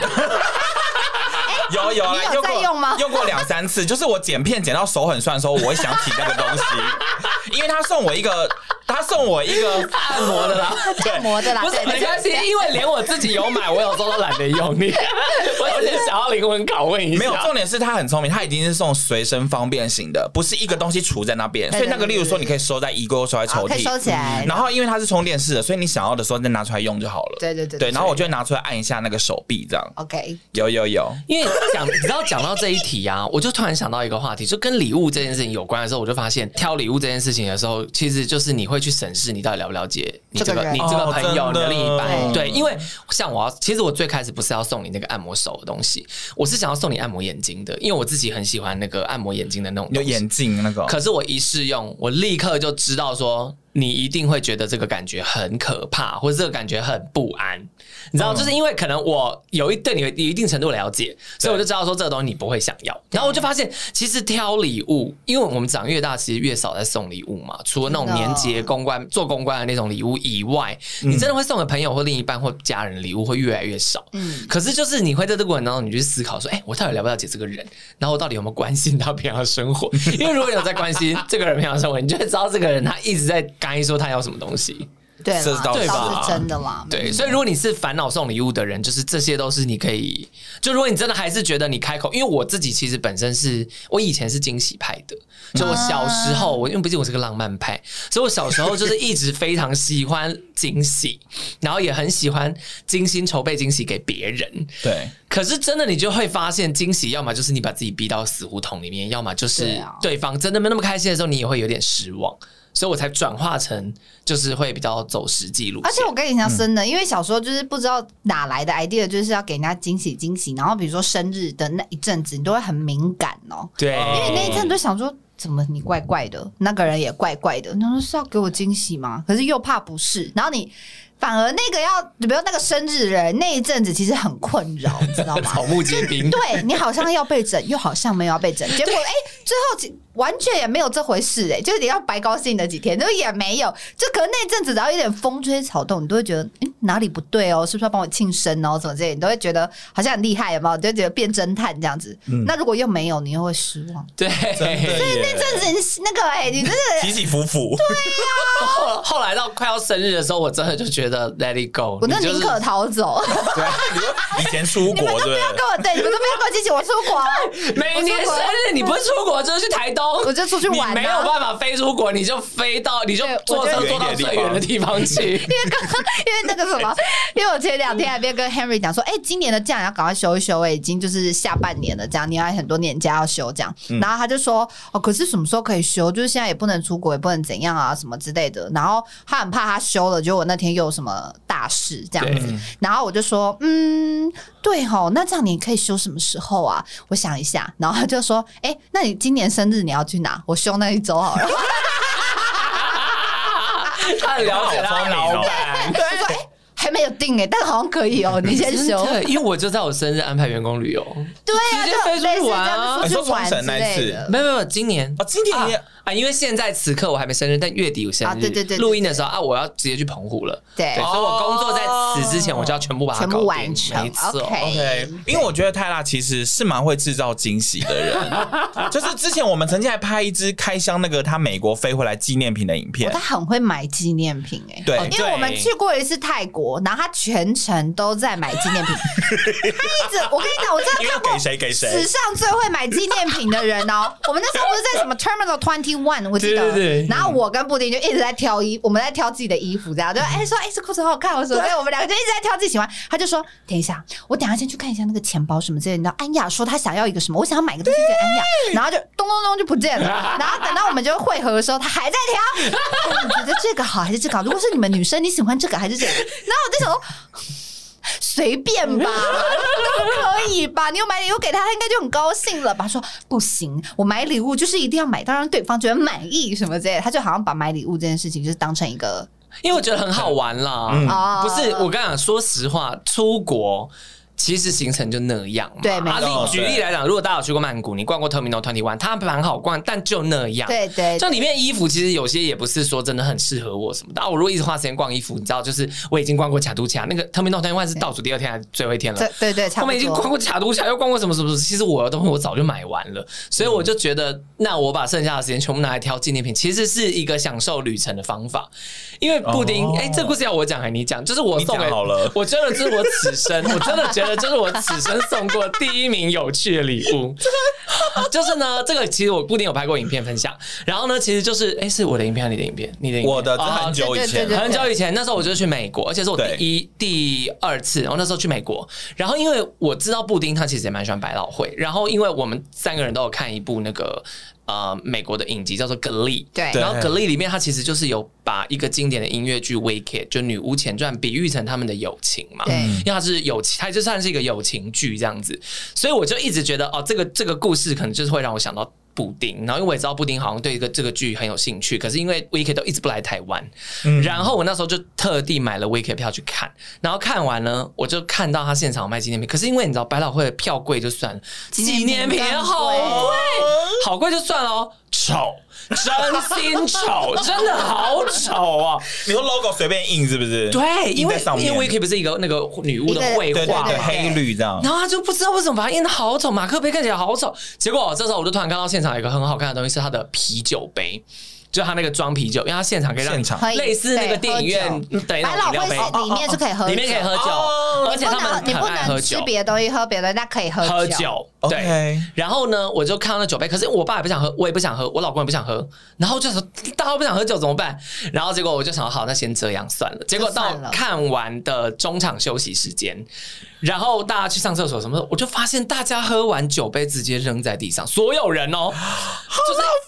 Speaker 1: 有有
Speaker 3: 你
Speaker 1: 啦，
Speaker 3: 有
Speaker 1: 用
Speaker 3: 在
Speaker 1: 过
Speaker 3: 用吗
Speaker 1: 用过两三次，就是我剪片剪到手很酸的时候，我会想起那个东 西，因为他送我一个，他送我一个
Speaker 2: 按摩的啦，
Speaker 3: 按摩的啦，
Speaker 2: 不是
Speaker 3: 对
Speaker 2: 没关系，因为连我自己有买，我有时候都懒得用你，我只是想要灵魂拷问一下。
Speaker 1: 没有，重点是他很聪明，他已经是送随身方便型的，不是一个东西储在那边，
Speaker 3: 对
Speaker 1: 所以那个，
Speaker 3: 对对
Speaker 1: 例如说，你可以收在衣柜，或收在
Speaker 3: 好
Speaker 1: 抽
Speaker 3: 可以收
Speaker 1: 屉。嗯
Speaker 3: 起来。
Speaker 1: 然后，因为它是充电式的，所以你想要的时候再拿出来用就好了。
Speaker 3: 对对对
Speaker 1: 对，然后我
Speaker 3: 就
Speaker 1: 就会拿出来按一下那个手臂，这样。
Speaker 3: OK，
Speaker 1: 有有有，
Speaker 2: 因为讲，你知道讲到这一题啊，我就突然想到一个话题，就跟礼物这件事情有关的时候，我就发现挑礼物这件事情的时候，其实就是你会去审视你到底了不了解你这
Speaker 3: 这
Speaker 2: 个
Speaker 3: 个人
Speaker 2: 你这个
Speaker 1: 哦
Speaker 2: 朋友、
Speaker 1: 真的
Speaker 2: 你的另一半。
Speaker 1: 对
Speaker 2: 对，因为像我要，其实我最开始不是要送你那个按摩手的东西，我是想要送你按摩眼睛的，因为我自己很喜欢那个按摩眼睛的那种
Speaker 1: 有
Speaker 2: 东西
Speaker 1: 眼镜那个。
Speaker 2: 可是我一试用，我立刻就知道说。你一定会觉得这个感觉很可怕，或者这个感觉很不安，你知道，
Speaker 1: 嗯
Speaker 2: 就是因为可能我有一对你有一定程度了解，所以我就知道说这个东西你不会想要。然后我就发现，其实挑礼物，因为我们长越大，其实越少在送礼物嘛。除了那种
Speaker 3: 真的
Speaker 2: 年节公关做公关的那种礼物以外，你真的会送给朋友或另一半或家人的礼物会越来越少。
Speaker 3: 嗯，
Speaker 2: 可是就是你会在这个过程当中，你去思考说，哎、我到底了不了解这个人，然后我到底有没有关心他平常的生活？ 因为如果你有在关心这个人平常的生活，你就会知道这个人他一直在干说他要什么东西。
Speaker 3: 对啦，
Speaker 1: 这倒
Speaker 2: 是
Speaker 3: 这倒
Speaker 2: 吧
Speaker 3: 是真的啦。
Speaker 2: 对，所以如果你是烦恼送礼物的人，就是这些都是你可以。就如果你真的还是觉得你开口，因为我自己其实本身是我以前是惊喜派的，就我小时候，我因为毕竟我是个浪漫派，所以我小时候就是一直非常喜欢惊喜，然后也很喜欢精心筹备惊喜给别人。
Speaker 1: 对，
Speaker 2: 可是真的，你就会发现惊喜，要么就是你把自己逼到死胡同里面，要么就
Speaker 3: 对
Speaker 2: 是
Speaker 3: 啊
Speaker 2: 对方真的没那么开心的时候，你也会有点失望。所以我才转化成就是会比较走实际路线。
Speaker 3: 而且我跟你讲真的，
Speaker 2: 嗯
Speaker 3: 因为小时候就是不知道哪来的 idea，就是要给人家惊喜惊喜。然后比如说生日的那一阵子，你都会很敏感哦，
Speaker 2: 对，
Speaker 1: 因
Speaker 3: 因为那一阵子就想说。怎么你怪怪的？那个人也怪怪的。他说是要给我惊喜吗？可是又怕不是。然后你反而那个要，比如那个生日的人那一阵子其实很困扰，你知道吗？
Speaker 2: 草木皆 兵。
Speaker 3: 对你好像要被整，又好像没有要被整，结果哎、最后几完全也没有这回事哎、就是你要白高兴的几天，就也没有。就可能那阵子只要有点风吹草动，你都会觉得嗯哪里不对哦，是不是要帮我庆生哦，怎么之类的，你都会觉得好像很厉害，有没有？就觉得变侦探这样子。那如果又没有，你又会失望。
Speaker 2: 对，
Speaker 1: 那
Speaker 3: 但是你那个哎、你真的
Speaker 1: 起起伏伏。
Speaker 2: 后后来到快要生日的时候，我真的就觉得 let it go，
Speaker 3: 我那
Speaker 2: 你就
Speaker 3: 宁
Speaker 2: 是
Speaker 3: 可逃 走，
Speaker 1: 对，你说以前出
Speaker 3: 你们
Speaker 1: 国
Speaker 3: 都不
Speaker 1: 对
Speaker 3: 要跟我对，你们都不要跟我一起，我出国 啊，
Speaker 2: 每年生日你不是出国就是去台东，
Speaker 3: 我就出去玩、啊。
Speaker 2: 你没有办法飞出国，你就飞到你就
Speaker 3: 对
Speaker 2: 坐车
Speaker 1: 我觉得
Speaker 2: 坐到最远的地方去。
Speaker 3: 因为那个什么，因为我前两天还边跟 Henry 讲说，哎、今年的假要赶快休一休、哎，已经就是下半年了，这样你还有很多年假要休，这样。
Speaker 2: 嗯
Speaker 3: 然后他就说，哦，可是什么时候可以休？就是现在也不能出国，也不能怎样啊，什么之类的。然后他很怕他休了，结果那天又有什么大事这样子。然后我就说，嗯，对吼，那这样你可以休什么时候啊？我想一下。然后他就说，哎、那你今年生日你要去哪？我休那一周好了。
Speaker 2: 他 很了解他的老
Speaker 1: 好聪明哦
Speaker 2: 板。
Speaker 3: 他说，哎、还没有定哎、但好像可以哦、你先
Speaker 2: 真
Speaker 3: 休。
Speaker 2: 的， 因为我就在我生日安排员工旅游，
Speaker 3: 对啊，
Speaker 2: 直
Speaker 3: 就
Speaker 2: 接飞出
Speaker 3: 类
Speaker 2: 去
Speaker 3: 似
Speaker 2: 玩
Speaker 3: 这
Speaker 2: 啊
Speaker 3: 样子出去玩
Speaker 1: 哎你说冲绳
Speaker 3: 之
Speaker 1: 那一
Speaker 3: 类
Speaker 1: 次
Speaker 3: 的。
Speaker 2: 没有没有，今年
Speaker 1: 哦今年也
Speaker 2: 啊啊，因为现在此刻我还没生日，但月底我生日，
Speaker 3: 啊对对对对对
Speaker 2: 录音的时候啊，我要直接去澎湖了，
Speaker 3: 对
Speaker 2: 对，所以我工作在此之前我就要全部把它
Speaker 3: 哦全
Speaker 2: 搞
Speaker 3: 部
Speaker 2: 定
Speaker 3: 完成
Speaker 2: 没错。
Speaker 3: OK
Speaker 1: 对，因为我觉得泰拉其实是蛮会制造惊喜的人，就是之前我们曾经还拍一支开箱那个他美国飞回来纪念品的影
Speaker 3: 哦
Speaker 1: 片
Speaker 3: 他，很会买纪念品哎、
Speaker 1: 对
Speaker 2: 哦，
Speaker 3: 因为我们去过一次泰国，然后他全程都在买纪 念品，他一直我跟你讲，我真的
Speaker 1: 因为要
Speaker 3: 看过
Speaker 1: 给谁给谁
Speaker 3: 史上最会买纪念品的人 哦。我们那时候不是在什么 Terminal Twenty One，我记得，
Speaker 2: 对对对
Speaker 3: 然后我跟布丁就一直在挑衣，我们在挑自己的衣服，这
Speaker 2: 嗯
Speaker 3: 样就哎、说哎、这裤子好好看，我说哎我们两个就一直在挑自己喜欢。他就说等一下，我等一下先去看一下那个钱包什么之类的。你知道安雅说她想要一个什么，我想要买个东西
Speaker 2: 嗯
Speaker 3: 给安雅，然后就咚咚咚就不见了。然后等到我们就会合的时候，他还在 挑。哎你觉得这个好还是这个好？如果是你们女生，你喜欢这个还是 这个？然后我就想说，随便吧，都可以吧。你有买礼物给他，他应该就很高兴了吧？他说不行，我买礼物就是一定要买到让对方觉得满意什么之类的。他就好像把买礼物这件事情就是当成一个
Speaker 2: 因为我觉得很好玩啦。
Speaker 1: 嗯
Speaker 3: 啊
Speaker 2: 不是，我跟你讲，说实话，出国其实行程就那样嘛。
Speaker 3: 对没
Speaker 2: 啊，
Speaker 1: 错
Speaker 2: 例举例来讲，如果大家有去过曼谷，你逛过 Terminal Twenty One，它蛮好逛，但就那样。
Speaker 3: 对对
Speaker 2: 啊就里面衣服其实有些也不是说真的很适合我什么的。啊，我如果一直花时间逛衣服，你知道，就是我已经逛过卡都卡，那个 Terminal Twenty One 是倒数第二天还是最后一天了。
Speaker 3: 这对对，差
Speaker 2: 他
Speaker 3: 不
Speaker 2: 们已经逛
Speaker 3: 多。
Speaker 2: 过卡都卡，又逛过什么什么什么，其实我的东西我早就买完了，所以我就觉得，那我把剩下的时间全部拿来挑纪念品，其实是一个享受旅程的方法。因为布丁，
Speaker 1: 哦
Speaker 2: 哎、这故事要我讲还是你讲？就是我
Speaker 1: 你
Speaker 2: 送
Speaker 1: 讲
Speaker 2: 给，
Speaker 1: 好了
Speaker 2: 我真的这是我此生，我真的觉得这是我此生送过第一名有趣的礼物。 就是呢，这个其实我布丁有拍过影片分享，然后呢，其实就是，哎、是我的影片，还是你的影片，你的影片
Speaker 1: 我的这
Speaker 2: 哦
Speaker 1: 很久以前
Speaker 3: 对对对
Speaker 1: 了，
Speaker 2: 很久以前，那时候我就是去美国，而且是我
Speaker 1: 对
Speaker 2: 第一、第二次。然后那时候去美国，然后因为我知道布丁他其实也蛮喜欢百老汇，然后因为我们三个人都有看一部那个呃美国的影集叫做《格力》，
Speaker 3: 对
Speaker 1: 对
Speaker 2: 然后《格力》里面它其实就是有把一个经典的音乐剧《Wicked》就《女巫前传》比喻成他们的友情嘛，
Speaker 3: 对
Speaker 2: 因为它是友情，它就算是一个友情剧这样子，所以我就一直觉得哦，这个这个故事可能就是会让我想到。布丁，然后因为我也知道布丁好像对一个这个剧很有兴趣，可是因为 Wicked 都一直不来台湾，然后我那时候就特地买了 Wicked 票去看，然后看完呢，我就看到他现场有卖纪念品，可是因为你知道百老汇的票贵就算了，纪
Speaker 3: 纪念
Speaker 2: 念
Speaker 3: 品
Speaker 2: 品
Speaker 3: 更
Speaker 2: 好
Speaker 3: 贵
Speaker 2: 贵，好贵就算了哦，丑，真心丑，真的好丑啊！
Speaker 1: 你说 logo 随便印是不是？
Speaker 2: 对，因为
Speaker 1: 印在上面
Speaker 2: 因为 Wiki 不是一个那个女巫的绘
Speaker 1: 对对
Speaker 2: 画
Speaker 1: 对，
Speaker 2: 嘛。
Speaker 1: 黑绿这样。
Speaker 2: 然后他就不知道为什么把它印的好丑，马克杯看起来好丑。结果这时候我就突然看到现场有一个很好看的东西，是他的啤酒杯，就他那个装啤酒，因为他现场可以让
Speaker 1: 现
Speaker 2: 你
Speaker 1: 场
Speaker 3: 可以
Speaker 2: 类似那个
Speaker 3: 对
Speaker 2: 电影院
Speaker 3: 喝酒
Speaker 2: 对那
Speaker 3: 百
Speaker 2: 种
Speaker 3: 老
Speaker 2: 饮料
Speaker 3: 汇
Speaker 2: 杯，哦
Speaker 3: 是里面是可以喝酒，
Speaker 2: 里面可以喝酒，
Speaker 1: 哦
Speaker 2: 而且
Speaker 3: 你
Speaker 2: 他
Speaker 3: 不
Speaker 2: 们
Speaker 3: 能你
Speaker 2: 很
Speaker 3: 不
Speaker 2: 爱喝
Speaker 3: 能吃
Speaker 2: 酒，
Speaker 3: 别的东西，喝别的，但可以喝
Speaker 2: 喝
Speaker 3: 酒。
Speaker 2: 酒，对。
Speaker 1: OK，
Speaker 2: 然后呢，我就看到那酒杯，可是我爸也不想喝，我也不想喝，我老公也不想喝，然后就说大家都不想喝酒怎么办？然后结果我就想，好，那先这样算了。结果到
Speaker 3: 就算了
Speaker 2: 看完的中场休息时间，然后大家去上厕所什么的，我就发现大家喝完酒杯直接扔在地上，所有人哦，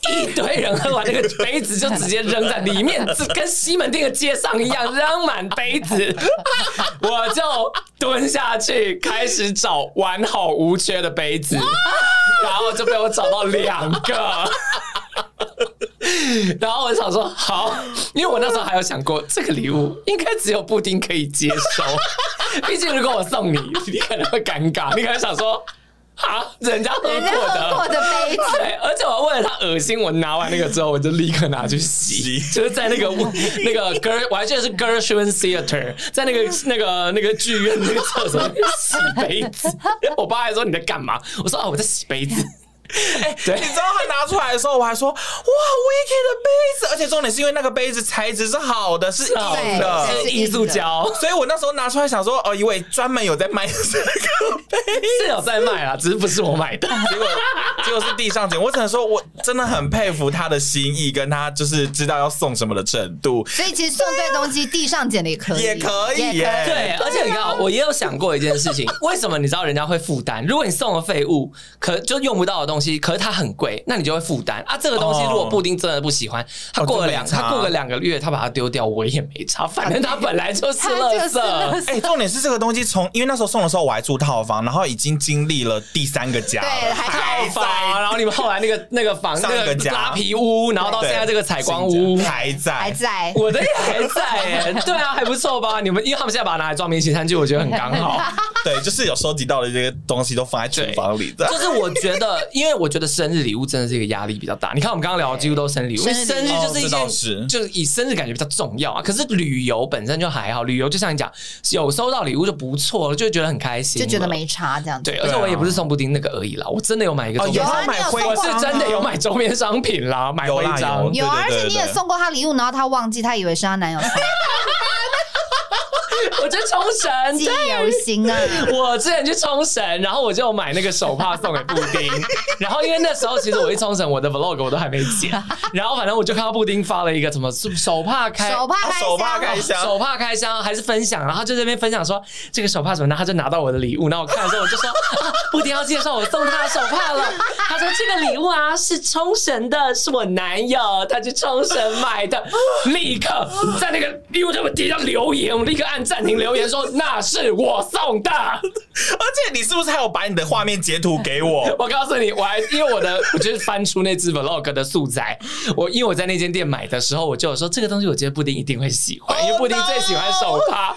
Speaker 2: 就是一堆人喝完那个杯子就直接扔在里面，这跟西门町的街上一样，扔满杯 子。我就蹲下去开始找完好无缺的杯
Speaker 3: 啊
Speaker 2: 子，然后就被我找到两个。然后我想说好， 因为我那时候还有想过，这个礼物应该只有布丁可以接收， 毕竟如果我送你，你可能会尴尬，你可能想说啊，人家喝过
Speaker 3: 人家喝过
Speaker 2: 的。
Speaker 3: 的杯子，
Speaker 2: 对，而且我为了他恶心，我拿完那个之后，我就立刻拿去洗，就是在那个那个 Ger，我还记得是 Gershwin Theater，在那个那个那个剧院那个厕所里面洗杯 子。我爸还说你在干嘛？我说啊，我在洗杯子。哎、 对
Speaker 1: 你。知道他拿出来的时候，我还说哇，Wicked 的杯子，而且重点是因为那个杯子材质是好的，是
Speaker 2: 好
Speaker 1: 硬的
Speaker 3: 对，
Speaker 2: 哦是啊艺术哦胶，
Speaker 1: 所以我那时候拿出来想说，哦，以为专门有在卖这个杯，
Speaker 2: 是有在卖啊，只是不是我买的。
Speaker 1: 结果结果是地上捡。我只能说，我真的很佩服他的心意，跟他就是知道要送什么的程度。
Speaker 3: 所以其实送对东西，地上捡的也可以，
Speaker 1: 也可以
Speaker 3: 也
Speaker 1: 耶
Speaker 2: 对，而且你看，我也有想过一件事情， 为什么你知道人家会负担？如果你送了废物，可就用不到的东西，可是它很贵，那你就会负担啊。这个东西
Speaker 1: 哦
Speaker 2: 如果布丁真的不喜欢，他
Speaker 1: 哦
Speaker 2: 过了
Speaker 1: 就没
Speaker 2: 两，
Speaker 1: 差
Speaker 2: 他过了两个月，他把它丢掉，我也没 差，反正他本来就是垃
Speaker 3: 它就是垃
Speaker 2: 圾。
Speaker 1: 哎、重点是这个东西从，因为那时候送的时候我还住套房，然后已经经历了第三个家
Speaker 3: 对，
Speaker 1: 了。
Speaker 3: 还
Speaker 2: 套房，然后你们后来那个那个房，
Speaker 1: 上一
Speaker 2: 那
Speaker 1: 个
Speaker 2: 个
Speaker 1: 家
Speaker 2: 拉皮屋，然后到
Speaker 1: 对
Speaker 2: 现在这个采光屋，
Speaker 1: 还在，
Speaker 3: 还在。
Speaker 2: 我的也还在耶，对啊，还不错吧？你们因为他们现在把它拿来装明星餐具，我觉得很刚好。
Speaker 1: 对，就是有收集到的这些东西都放在厨房里的。
Speaker 2: 就是我觉得，因为我觉得生日礼物真的是一个压力比较大。你看我们刚刚聊的几乎都是生日礼物，因为
Speaker 3: 生
Speaker 2: 生
Speaker 3: 日
Speaker 2: 日
Speaker 3: 礼物
Speaker 2: 就是一
Speaker 1: 哦这倒是
Speaker 2: 件，就是以生日感觉比较重要啊。可是旅游本身就还好，旅游就像你讲，有收到礼物就不错了，就会觉得很开心
Speaker 3: 就
Speaker 2: 了，
Speaker 3: 觉得没差这样子
Speaker 2: 对。，而且我也不是送布丁那个而已啦，我真的有买一个周边
Speaker 1: 啊哦
Speaker 2: 商
Speaker 1: 有啊
Speaker 3: 啊，你有
Speaker 1: 买徽
Speaker 3: 送
Speaker 2: 我
Speaker 3: 过
Speaker 2: 是
Speaker 3: 啊
Speaker 2: 真的有。买周边商品啦，买
Speaker 1: 有
Speaker 2: 徽
Speaker 1: 啦
Speaker 2: 章。
Speaker 3: 有啊，而
Speaker 1: 对对对
Speaker 3: 且你
Speaker 1: 对
Speaker 3: 也送过他礼物，然后他忘记，他以为是他 男友送，
Speaker 2: 我去冲绳，
Speaker 3: 记
Speaker 2: 对
Speaker 3: 忆犹新啊。
Speaker 2: 我之前去冲绳，然后我就买那个手帕送给布丁，然后因为那时候其实我一冲绳，我的 vlog 我都还没剪，然后反正我就看到布丁发了一个什么手帕开
Speaker 3: 手帕开
Speaker 1: 手帕开
Speaker 3: 箱，
Speaker 1: 箱
Speaker 2: 手帕开箱还是分享，然后他就在那边分享说这个手帕怎么拿，他就拿到我的礼物，然后我看了之后我就说、啊、布丁要介绍我送他的手帕了，他说这个礼物啊是冲绳的，是我男友他去冲绳买的，立刻在那个礼物这么底下留言，我立刻按暂停留言说那是我送的。
Speaker 1: 而且你是不是还有把你的画面截图给我？
Speaker 2: 我告诉你，我还因为我的， 我就是翻出那支 vlog 的素材。我因为我在那间店买的时候，我就有说这个东西，我觉得布丁一定会喜欢，因为布丁最喜欢手帕。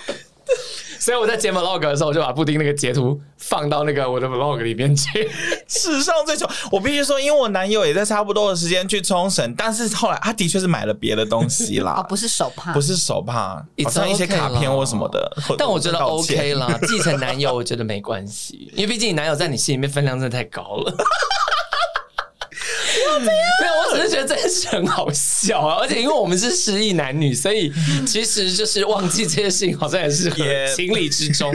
Speaker 2: 所以我在剪 vlog 的时候，我就把布丁那个截图放到那个我的 vlog 里面去。
Speaker 1: 史上最穷，我必须说，因为我男友也在差不多的时间去冲绳，但是后来他的确是买了别的东西
Speaker 3: 哦，
Speaker 1: 啦，
Speaker 3: 不是手帕，
Speaker 1: 不是手帕，
Speaker 2: It's
Speaker 1: 好像一些
Speaker 2: okay 啦
Speaker 1: 卡片或什么的。或
Speaker 2: 但我觉得
Speaker 1: 道歉
Speaker 2: OK 啦， 继承男友我觉得没关系，因为毕竟你男友在你心里面分量真的太高 了。没有，我只是觉得这件事很好笑啊！而且因为我们是失忆男女，所以其实就是忘记这些事情，好像也是
Speaker 1: 也
Speaker 2: 情理之 中。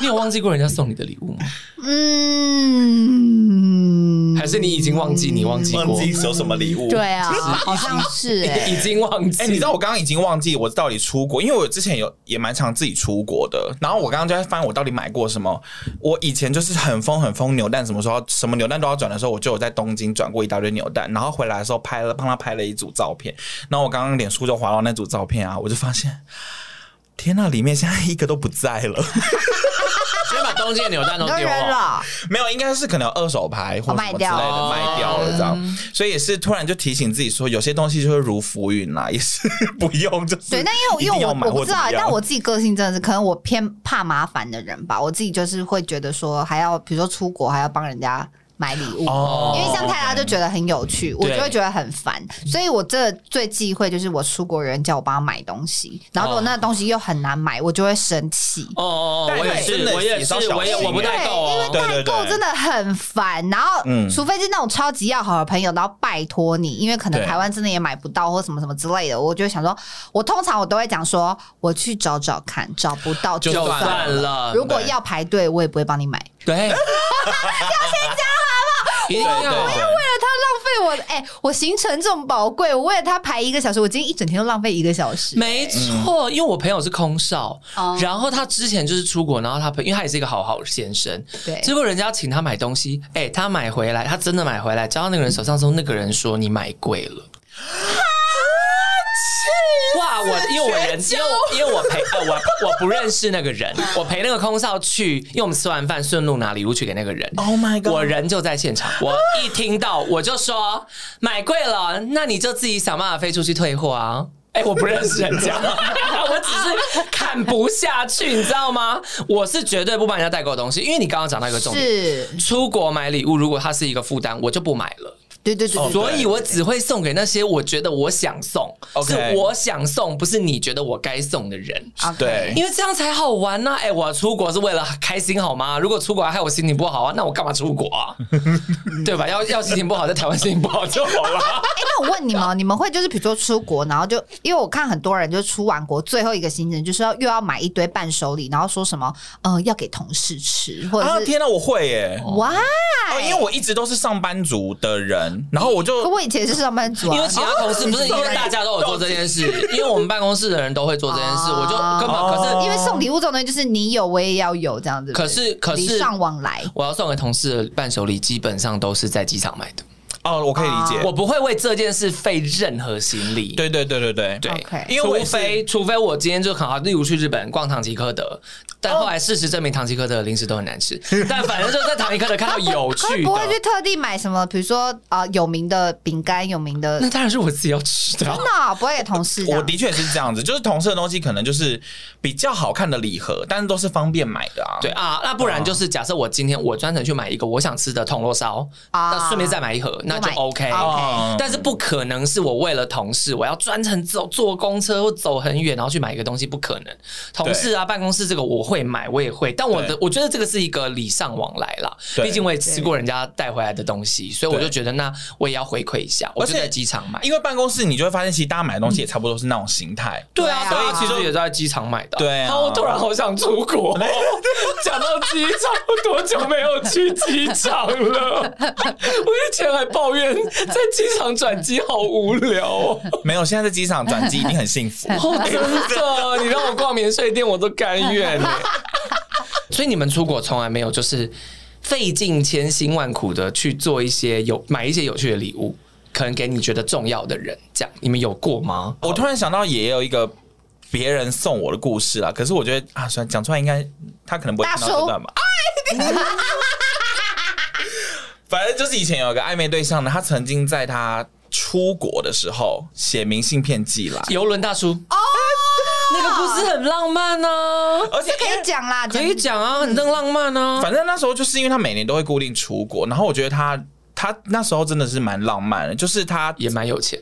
Speaker 2: 你有忘记过人家送你的礼物吗？
Speaker 3: 嗯，
Speaker 2: 还是你已经忘记？你忘记过？
Speaker 1: 忘记有什么礼物？
Speaker 3: 对 啊，好像是 哎、
Speaker 2: 已经忘记。
Speaker 1: 哎、你知道我刚刚已经忘记我到底出国，因为我之前有也蛮常自己出国的。然后我刚刚就在翻我到底买过什么。我以前就是很疯很疯扭蛋，什么时候什么扭蛋都要转的时候，我就有在东京转过一大堆扭蛋。然后回来的时候拍了帮他拍了一组照片。然后我刚刚脸书就滑到那组照片啊，我就发现，天呐，里面现在一个都不在了。
Speaker 2: 直接把东京的扭蛋都
Speaker 3: 很多
Speaker 2: 丢
Speaker 3: 人
Speaker 2: 了。
Speaker 3: 了，
Speaker 1: 没有，应该是可能有二手牌或什么
Speaker 3: 哦卖
Speaker 1: 之类
Speaker 3: 掉哦
Speaker 1: 的
Speaker 2: 了
Speaker 1: 卖掉了这样，所以也是突然就提醒自己说，有些东西就是如浮云啦，也 是不用就是
Speaker 3: 对，那因为
Speaker 1: 一
Speaker 3: 因
Speaker 1: 定
Speaker 3: 为
Speaker 1: 要
Speaker 3: 我
Speaker 1: 买
Speaker 3: 我不
Speaker 1: 或
Speaker 3: 知
Speaker 1: 怎么
Speaker 3: 道，
Speaker 1: 样
Speaker 3: 但我自己个性真的是，可能我偏怕麻烦的人吧，我自己就是会觉得说，还要比如说出国还要帮人家买礼物，
Speaker 1: 哦
Speaker 3: 因为像泰拉就觉得很有趣，我就会觉得很烦，所以我这最忌讳就是我出国有人叫我帮他买东西，然后如果那东西又很难
Speaker 1: 哦
Speaker 3: 买，我就会生气。
Speaker 2: 哦哦哦，
Speaker 1: 但
Speaker 2: 我也是
Speaker 1: 真，的
Speaker 2: 我也
Speaker 1: 也
Speaker 2: 是
Speaker 1: 是要，小
Speaker 2: 我也
Speaker 1: 心
Speaker 2: 我不
Speaker 1: 欸
Speaker 2: 代购哦。
Speaker 1: 对
Speaker 3: 代
Speaker 1: 对
Speaker 3: 购
Speaker 1: 对，
Speaker 3: 真的很烦，然后
Speaker 1: 嗯
Speaker 3: 除非是那种超级要好的朋友，然后拜托你，因为可能
Speaker 1: 对
Speaker 3: 台湾真的也买不到或什么什么之类的，我就想说，我通常我都会讲说，我去找找看，找不到
Speaker 2: 就
Speaker 3: 算
Speaker 2: 算了
Speaker 3: 如果
Speaker 1: 对
Speaker 3: 要排队，我也不会帮你买。
Speaker 2: 对，要先讲好不
Speaker 1: 哦
Speaker 2: 好？一定要。
Speaker 3: 为了他浪费我的，哎、我行程这么宝贵，我为了他排一个小时，我今天一整天都浪费一个小时。
Speaker 2: 没错，因为我朋友是空少，
Speaker 3: 哦
Speaker 2: 然后他之前就是出国，然后他朋，因为他也是一个好好先生，
Speaker 3: 对
Speaker 2: 结果人家请他买东西，哎、他买回来，他真的买回来，交到那个人手上之后，那个人说你买贵了。啊哇！我因为我人，因为我因为我陪呃我我不认识那个人，我陪那个空少去，因为我们吃完饭顺路拿礼物去给那个人。
Speaker 1: Oh my god！
Speaker 2: 我人就在现 场，我一听到我就说买贵了，那你就自己想办法飞出去退货啊。哎、我不认识人家， 我只是看不下去，你知道吗？我是绝对不帮人家代购东西，因为你刚刚讲到一个重点，
Speaker 3: 是，
Speaker 2: 出国买礼物，如果它是一个负担，我就不买了。
Speaker 3: 对对对对
Speaker 1: 哦
Speaker 2: 所以我只会送给那些我觉得我想送，
Speaker 1: OK
Speaker 2: 是我想送，不是你觉得我该送的人。
Speaker 3: OK
Speaker 1: 对
Speaker 2: 因为这样才好玩呐、哎、我出国是为了开心好吗？如果出国还害我心情不好啊，那我干嘛出国啊？对吧？要要心情不好，在台湾心情不好就好了。
Speaker 3: 哎、那我问你们哦，你们会就是比如说出国，然后就因为我看很多人就出完国最后一个行程就是要又要买一堆伴手礼，然后说什么呃要给同事吃，或
Speaker 1: 啊
Speaker 3: 者是、
Speaker 1: 天哪，我会耶、
Speaker 3: 哇、
Speaker 1: 哦因为我一直都是上班族的人，然后我
Speaker 3: 可
Speaker 1: 就
Speaker 3: 我以前是上班族、啊，
Speaker 2: 因为其他同事不是因为大家都有做这件事， 啊因为我们办公室的人都会做这件事，
Speaker 3: 哦
Speaker 2: 我就根本可是
Speaker 3: 因为送礼物这种东西就是你有我也要有这样子，
Speaker 2: 可是可
Speaker 3: 礼
Speaker 2: 是
Speaker 3: 尚往来。
Speaker 2: 我要送给同事的伴手礼，基本上都是在机场买的。
Speaker 1: 哦，我可以
Speaker 3: 啊
Speaker 1: 理解，
Speaker 2: 我不会为这件事费任何心力。
Speaker 1: 对对对对对
Speaker 2: 对
Speaker 3: OK
Speaker 1: 因为我也
Speaker 2: 除
Speaker 1: 是
Speaker 2: 非除非我今天就很好，例如去日本逛唐吉诃德，但后来事实证明唐吉诃德的零食都很难 吃。但反正就在唐吉诃德看到有
Speaker 3: 会
Speaker 2: 趣
Speaker 3: 不会去
Speaker 2: 的，
Speaker 3: 特地买什么，比如说呃有名的饼干、有名的
Speaker 2: 那当然是我自己要吃的啊。
Speaker 3: 那不会给同事这样啊
Speaker 1: 我的确是这样子，就是同事的东西可能就是比较好看的礼盒，但是都是方便买的啊。
Speaker 2: 对，啊，那不然就是假设我今天我专程去买一个我想吃的铜锣烧，
Speaker 3: 啊
Speaker 2: 那顺便再买一盒，那就
Speaker 3: 买
Speaker 2: OK。
Speaker 1: 哦
Speaker 2: 但是不可能是我为了同事，我要专程走坐公车或走很远，然后去买一个东西，不可能。同事啊，办公室这个我会买，我也会，但我的
Speaker 1: 对
Speaker 2: 我觉得这个是一个礼尚往来啦。
Speaker 1: 对
Speaker 2: 毕竟我也吃过人家带回来的东西，所以我就觉得那我也要回馈一下，我就
Speaker 1: 而且
Speaker 2: 在机场买。
Speaker 1: 啊因为办公室你就会发现，其实大家买的东西也差不多是那种形态。
Speaker 2: 对啊，
Speaker 3: 嗯
Speaker 2: 所
Speaker 3: 对啊
Speaker 2: 以其实也在机场买的。
Speaker 1: 对啊
Speaker 2: 我突然好想出 国。讲到机场，我多久没有去机场了？ 我以前还抱怨在机场转机好无聊哦。
Speaker 1: 没有，现在在机场转机一定很幸 福。
Speaker 3: 嗯
Speaker 2: 哦，真的，你让我逛免税店，我都甘愿欸。 所以你们出国从来没有就是费尽千辛万苦的去做一些有买一些有趣的礼物，可能给你觉得重要的人，这样你们有过吗？
Speaker 1: 我突然想到，也有一个别人送我的故事啦。可是我觉得啊，算了讲出来应该他可能不会
Speaker 3: 大
Speaker 1: 听到
Speaker 3: 叔
Speaker 1: 这段吧。哎， 反正就是以前有一个暧昧对象呢，他曾经在他出国的时候写明信片寄来。
Speaker 2: 游轮大叔，
Speaker 3: 哦，
Speaker 2: 那个故事很浪漫啊呢、
Speaker 1: 而且
Speaker 3: 可以讲啦，
Speaker 2: 可以讲啊，很浪漫呢、
Speaker 1: 反正那时候就是因为他每年都会固定出国，然后我觉得他他那时候真的是蛮浪漫的，就是他
Speaker 2: 也蛮有钱。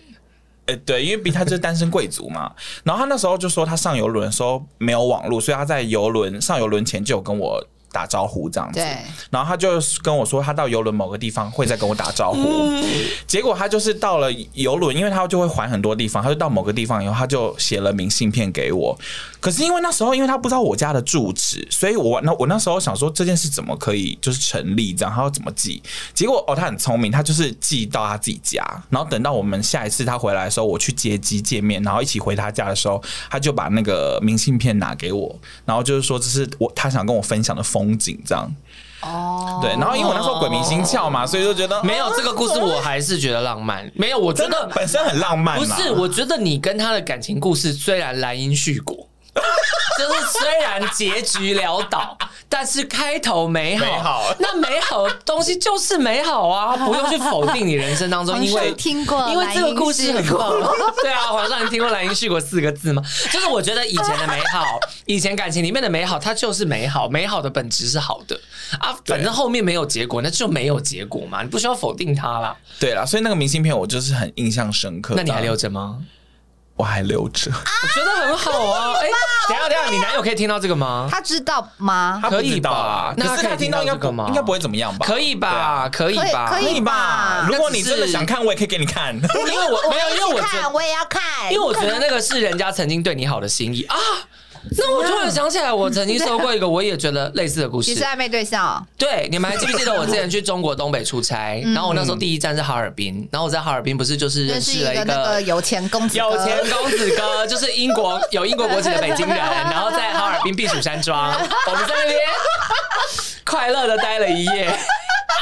Speaker 1: 呃，对，因为毕竟他就是单身贵族嘛。然后他那时候就说他上游轮的时候没有网络，所以他在游轮上游轮前就有跟我打招呼这样子。
Speaker 3: 对，
Speaker 1: 然后他就跟我说，他到游轮某个地方会再跟我打招呼。结果他就是到了游轮，因为他就会环很多地方，他就到某个地方以后，他就写了明信片给我。可是因为那时候，因为他不知道我家的住址，所以我那我那时候想说这件事怎么可以就是成立这样，他要怎么寄？结果哦，他很聪明，他就是寄到他自己家，然后等到我们下一次他回来的时候，我去接机见面，然后一起回他家的时候，他就把那个明信片拿给我，然后就是说这是我他想跟我分享的风景这样。
Speaker 3: 哦，
Speaker 1: 对，然后因为我那时候鬼迷心窍嘛，所以就觉得嗯
Speaker 2: 没有这个故事，我还是觉得浪漫。没有，我觉
Speaker 1: 真的
Speaker 2: 得
Speaker 1: 本身很浪漫
Speaker 2: 不
Speaker 1: 啦，
Speaker 2: 是，我觉得你跟他的感情故事虽然兰因絮 果，就是虽然结局潦倒，但是开头美好，
Speaker 1: 美好
Speaker 2: 那美好的东西就是美好啊，不用去否定你人生当 中，
Speaker 3: 皇
Speaker 2: 因为
Speaker 3: 上听过
Speaker 2: 因为这个故事
Speaker 3: 兰因
Speaker 2: 很
Speaker 3: 絮果
Speaker 2: 棒， 对啊，皇上，你听过兰因絮果四个字吗？就是我觉得以前的美好，以前感情里面的美好，它就是美好，美好的本质是好的啊，反正后面没有结果，那就没有结果嘛，你不需要否定它啦。
Speaker 1: 对啦，所以那个明信片我就是很印象深刻。啊
Speaker 2: 那你还留？着吗？
Speaker 1: 我还留着，
Speaker 2: 我觉得很好啊！哎、等一下等一下，你男友可以听到这个吗？
Speaker 3: 他知道吗？
Speaker 1: 他不
Speaker 2: 可以
Speaker 1: 知道
Speaker 2: 吧
Speaker 1: 啊
Speaker 2: 那他
Speaker 1: 可是
Speaker 2: 可
Speaker 1: 他
Speaker 2: 以
Speaker 1: 听到
Speaker 2: 听
Speaker 1: 应
Speaker 2: 到
Speaker 1: 该
Speaker 2: 这个吗
Speaker 1: 不应该不会怎么样吧？啊
Speaker 2: 可以吧？可以吧？
Speaker 3: 可以吧
Speaker 1: 如果你
Speaker 2: 那只是
Speaker 1: 真的想看，我也可以给你看。
Speaker 2: 因为我没有，因为我
Speaker 3: 一起
Speaker 2: 觉
Speaker 3: 看
Speaker 2: 得，
Speaker 3: 我也要看，
Speaker 2: 因为我觉得那个是人家曾经对你好的心意啊。那我突然想起来，我曾经收过一个我也觉得类似的故
Speaker 3: 你
Speaker 2: 事
Speaker 3: 是。暧昧对象，哦
Speaker 2: 对，你们还记不记得我之前去中国东北出差？然后我那时候第一站是哈尔滨，然后我在哈尔滨不是就是认
Speaker 3: 认识
Speaker 2: 识
Speaker 3: 一
Speaker 2: 了
Speaker 3: 个
Speaker 2: 一
Speaker 3: 那
Speaker 2: 个
Speaker 3: 个有钱公子哥，
Speaker 2: 有钱公子哥，就是英国有英国国籍的北京人，然后在哈尔滨避暑山庄，我们在那边快乐的待了一夜。啊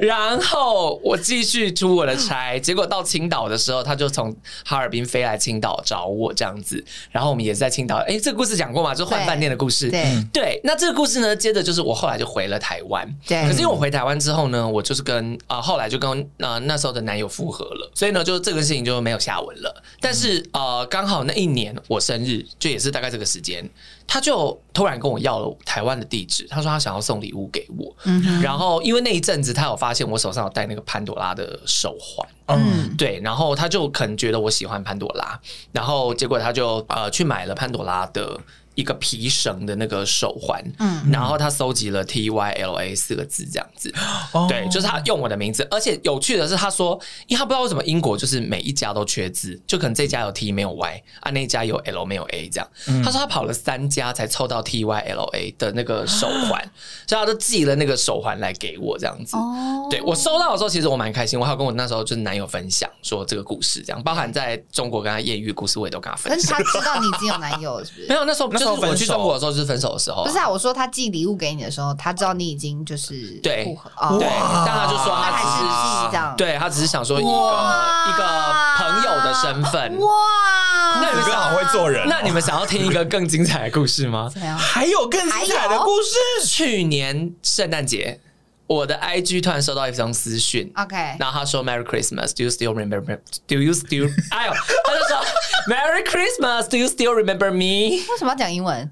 Speaker 2: 然后我继续出我的差，结果到青岛的时候，他就从哈尔滨飞来青岛找我这样子。然后我们也是在青岛，哎，这个故事讲过嘛？就是换饭店的故事。
Speaker 3: 对嗯
Speaker 2: 对，那这个故事呢，接着就是我后来就回了台湾。
Speaker 3: 对
Speaker 2: 可是因为我回台湾之后呢，我就是跟啊、呃后来就跟呃那时候的男友复合了，所以呢，就这个事情就没有下文了。但是呃，刚好那一年我生日，就也是大概这个时间，他就突然跟我要了台湾的地址，他说他想要送礼物给我。
Speaker 3: 嗯
Speaker 2: 然后因为那一阵子他有发现我手上有戴那个潘朵拉的手环，
Speaker 1: 嗯，
Speaker 2: 对，然后他就可能觉得我喜欢潘朵拉，然后结果他就呃去买了潘朵拉的一个皮绳的那个手环，嗯，然后他搜集了 T Y L A 四个字这样子，
Speaker 1: 哦
Speaker 2: 对，就是他用我的名字，而且有趣的是，他说，因为他不知道为什么英国就是每一家都缺字，就可能这家有 T 没有 Y，啊那一家有 L 没有 A 这样，
Speaker 1: 嗯
Speaker 2: 他说他跑了三家才凑到 T Y L A 的那个手环，所以他就寄了那个手环来给我这样子，
Speaker 3: 哦，
Speaker 2: 对我收到的时候，其实我蛮开心，我还有跟我那时候就是男友分享说这个故事，这样包含在中国跟他艳遇故事，我也都跟他分
Speaker 3: 但是
Speaker 2: 享。
Speaker 3: 他知道你已经有男友了，是 不
Speaker 2: 没
Speaker 3: 是？
Speaker 2: 有，那时候
Speaker 1: 那时
Speaker 2: 就是
Speaker 1: 候
Speaker 2: 我去
Speaker 1: 分手
Speaker 2: 中国的时候，就是分手的时候。
Speaker 3: 不是啊，我说他寄礼物给你的时候，他知道你已经就是
Speaker 2: 对
Speaker 3: 复合哦
Speaker 2: 对，
Speaker 1: 哇
Speaker 2: 但他就说
Speaker 3: 那
Speaker 2: 他
Speaker 3: 还是寄这
Speaker 2: 只
Speaker 3: 样
Speaker 2: 是，对他只是想说一个
Speaker 3: 哇
Speaker 2: 一个朋友的身份。
Speaker 3: 哇，
Speaker 2: 那你们
Speaker 1: 哥好会做人哦。
Speaker 2: 那你们想要听一个更精彩的故事吗？
Speaker 3: 怎么样？
Speaker 1: 还有更精彩的故事？
Speaker 2: 去年圣诞节，我的 IG 突然收到一封私讯，
Speaker 3: OK，
Speaker 2: 然后他说 Merry Christmas, do you still remember? Do you still? 哎呦，他就说 Merry Christmas, do you still remember me？
Speaker 3: 为什么要讲英文？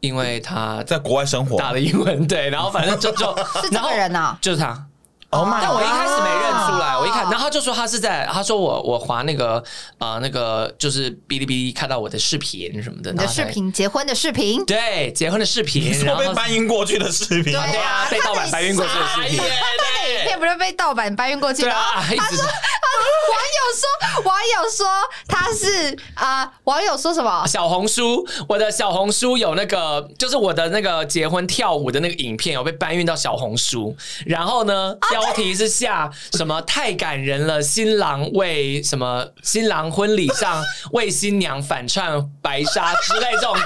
Speaker 2: 因为他
Speaker 1: 在国外生活
Speaker 2: 打了英文对，然后反正就就
Speaker 3: 是这
Speaker 2: 然后
Speaker 3: 个人啊，
Speaker 2: 就是他。
Speaker 1: ，Oh my！
Speaker 2: 但我一开始没认出来，
Speaker 3: 哦
Speaker 2: 我一看，然后他就说他是在，他说我我划那个呃那个就是哔哩哔哩看到我的视频什么的，
Speaker 3: 你
Speaker 2: 然
Speaker 3: 的
Speaker 2: 后才
Speaker 3: 视频，结婚的视频，
Speaker 2: 对结婚的视频，
Speaker 1: 我
Speaker 2: 然后
Speaker 1: 被搬运过去的视频，
Speaker 2: 对啊被盗版白云过去的视频啊
Speaker 3: 他那个影片不是被盗版搬运过去，
Speaker 2: 对
Speaker 3: 然后
Speaker 2: 啊，一直
Speaker 3: 网友说，网友说他是啊，网友说什么？
Speaker 2: 小红书，我的小红书有那个，就是我的那个结婚跳舞的那个影片有被搬运到小红书，然后呢，标题是下什么太感人了，新郎为什么新郎婚礼上为新娘反串白纱之类这种，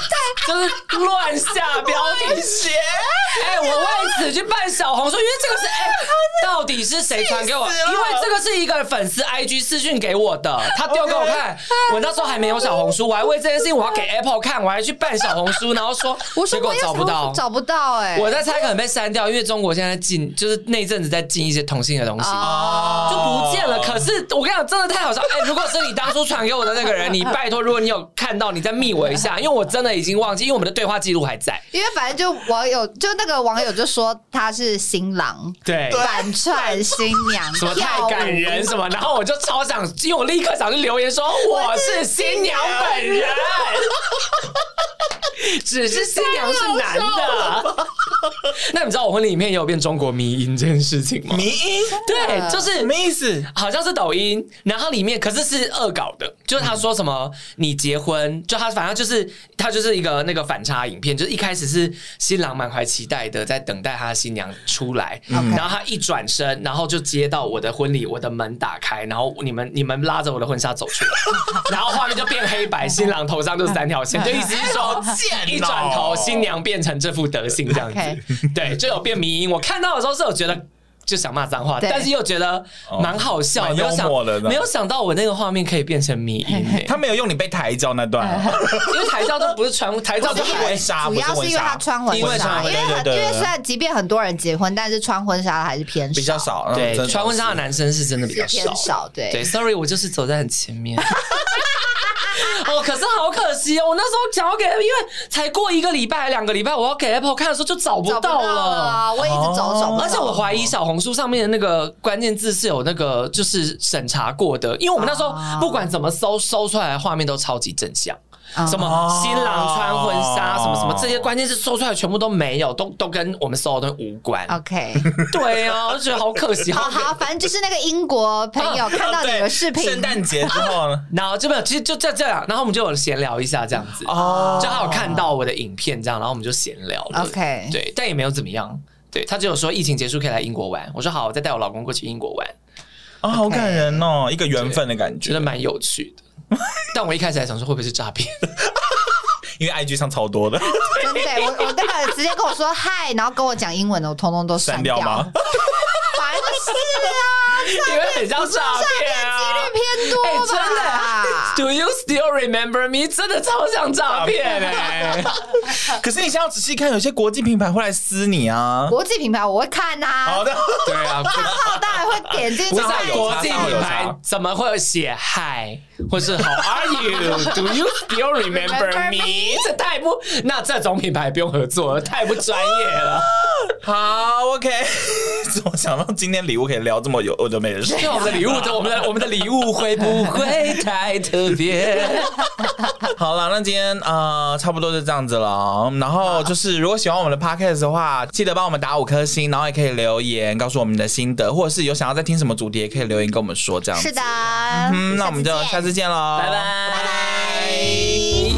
Speaker 2: 就是乱下标题。哎、我为 此去办小红书，因为这个是哎、到底是谁传给我？因
Speaker 1: 气死了
Speaker 2: 为这个是一个粉丝丝 IG 私讯给我的，他丢给我
Speaker 3: 哎
Speaker 2: 看。我那时候还没有小红书，我还为这件事情我要给 Apple 看，我还去办小红书，然后说，
Speaker 3: 我
Speaker 2: 结
Speaker 3: 说
Speaker 2: 果
Speaker 3: 我有
Speaker 2: 找不
Speaker 3: 小
Speaker 2: 到
Speaker 3: 红书。找不到哎、
Speaker 2: 我在猜可能被删掉，因为中国现在禁，就是那阵子在禁一些同性的东西。
Speaker 3: 哦，
Speaker 2: 就不见了。可是我跟你讲，真的太好笑。哎、如果是你当初传给我的那个人，你拜托，如果你有看到，你再密我一下，因为我真的已经忘记，因为我们的对话记录还在。
Speaker 3: 因为反正就网友就那个网友就说他是新郎，
Speaker 2: 对
Speaker 3: 反串新娘，
Speaker 2: 什么太感
Speaker 3: 跳舞
Speaker 2: 人什么，然后我就超想，因为我立刻想去留言说我是新娘本人， 只是新娘是男的。那你知道我婚礼里面也有变中国迷音这件事情吗？
Speaker 1: 迷音
Speaker 2: 对，就是
Speaker 1: 什么意思？
Speaker 2: 好像是抖音，然后里面可是是恶搞的，就是他说什么、你结婚，就他反正就是他就是一个那个反差影片，就是一开始是新郎满怀期待的在等待他的新娘出来，然后他一转身，然后就接到我的婚礼，我的门打开，然后你们你们拉着我的婚纱走去了，然后画面就变黑白，新郎头上就是三条线，就意思是说一转头新娘变成这副德性这样子
Speaker 3: OK
Speaker 2: 对，就有变迷音。我看到的时候是有觉得。就想骂脏话，
Speaker 3: 对
Speaker 2: 但是又觉得蛮好笑。
Speaker 1: 蛮
Speaker 2: 没有想
Speaker 1: 幽默的呢
Speaker 2: 没有想到我那个画面可以变成迷音、 欸，
Speaker 1: 他没有用你被抬轿那段，
Speaker 2: 因为台照都不是传，台照
Speaker 1: 不
Speaker 2: 就是是
Speaker 1: 婚纱，
Speaker 3: 主
Speaker 1: 不
Speaker 3: 要
Speaker 1: 是
Speaker 3: 是
Speaker 1: 婚
Speaker 3: 因为他
Speaker 1: 纱，
Speaker 3: 穿婚
Speaker 2: 因为
Speaker 3: 纱，
Speaker 2: 穿婚
Speaker 3: 因为
Speaker 1: 纱
Speaker 3: 很
Speaker 1: 对对
Speaker 3: 因为
Speaker 1: 对
Speaker 3: 虽然即便很多人结婚，但是穿婚纱的还是偏少，
Speaker 1: 比较少，嗯
Speaker 2: 对
Speaker 1: 真的
Speaker 2: 穿婚纱的男生是真的比较
Speaker 3: 偏少，对。
Speaker 2: 对，sorry，我就是走在很前 面。哦，可是好可惜哦！我那时候想要给，因为才过一个礼拜、两个礼拜，我要给 Apple 看的时候就找不
Speaker 3: 找不
Speaker 2: 到
Speaker 3: 到
Speaker 2: 了。
Speaker 3: 了，哦我一直走走不到，
Speaker 2: 而且我怀疑小红书上面的那个关键字是有那个就是审查过的，因为我们那时候
Speaker 3: 啊
Speaker 2: 不管怎么搜，搜出来的画面都超级正向，
Speaker 3: 嗯
Speaker 2: 什么新郎穿婚纱，
Speaker 1: 哦
Speaker 2: 什么什么这些关键字搜出来全部都没有，都都跟我们搜的东西无关。啊
Speaker 3: OK，
Speaker 2: 对啊，我就觉得好可惜，
Speaker 3: 好
Speaker 2: 好可
Speaker 3: 哦好，反正就是那个英国朋友看到你的视频，
Speaker 1: 对圣诞节之后 呢？
Speaker 2: 然后就没有，其实就这这样，然后我们就有闲聊一下这样子，
Speaker 1: 哦
Speaker 2: 就他有看到我的影片这样，然后我们就闲聊了
Speaker 3: OK
Speaker 2: 对，但也没有怎么样。对他只有说疫情结束可以来英国玩，我说好，我再带我老公过去英国玩，
Speaker 1: 啊，好感人哦，一个缘分的感
Speaker 2: 觉
Speaker 1: 觉
Speaker 2: 得。蛮有趣的。但我一开始还想说会不会是诈骗，
Speaker 1: 因为 IG 上超多的，
Speaker 3: 真的，我我那个直接跟我说嗨，然后跟我讲英文的，我通通都删
Speaker 1: 删掉吗？
Speaker 3: 烦死啊，
Speaker 2: 因为很像诈骗 啊。
Speaker 3: 几率偏多吧？啊
Speaker 2: 哎 Do you still remember me？真的超像诈骗 哎！
Speaker 1: 啊可是你现在要仔细看，有些国际品牌会来撕你啊。
Speaker 3: 国际品牌我会看呐、
Speaker 1: 好
Speaker 3: 啊，
Speaker 1: 的，
Speaker 2: 对啊，不
Speaker 3: 我当然会点进去
Speaker 2: 不是
Speaker 3: 看
Speaker 2: 啊
Speaker 1: 有
Speaker 2: 国
Speaker 1: 差
Speaker 2: 际
Speaker 1: 上有
Speaker 2: 品牌
Speaker 1: 差
Speaker 2: 怎么会有写 Hi 或是 How are you? Do you still remember
Speaker 3: Remember
Speaker 2: me？这太不，那这种品牌不用合作了，太不专业了。
Speaker 1: 好，OK。怎 么想到今天礼物可以聊这么有我就没人 说？
Speaker 2: 因为我们的礼物的，我们的我们的礼物会不会太特别？
Speaker 1: 好了，那今天呃差不多就这样子了。然后就是如果喜欢我们的 podcast 的话，记得帮我们打五颗星，然后也可以留言告诉我们你的心得，或者是有想要再听什么主题，也可以留言跟我们说这样子。
Speaker 3: 是的，
Speaker 1: 嗯，那我们就下次见喽，
Speaker 2: 拜拜
Speaker 3: 拜拜。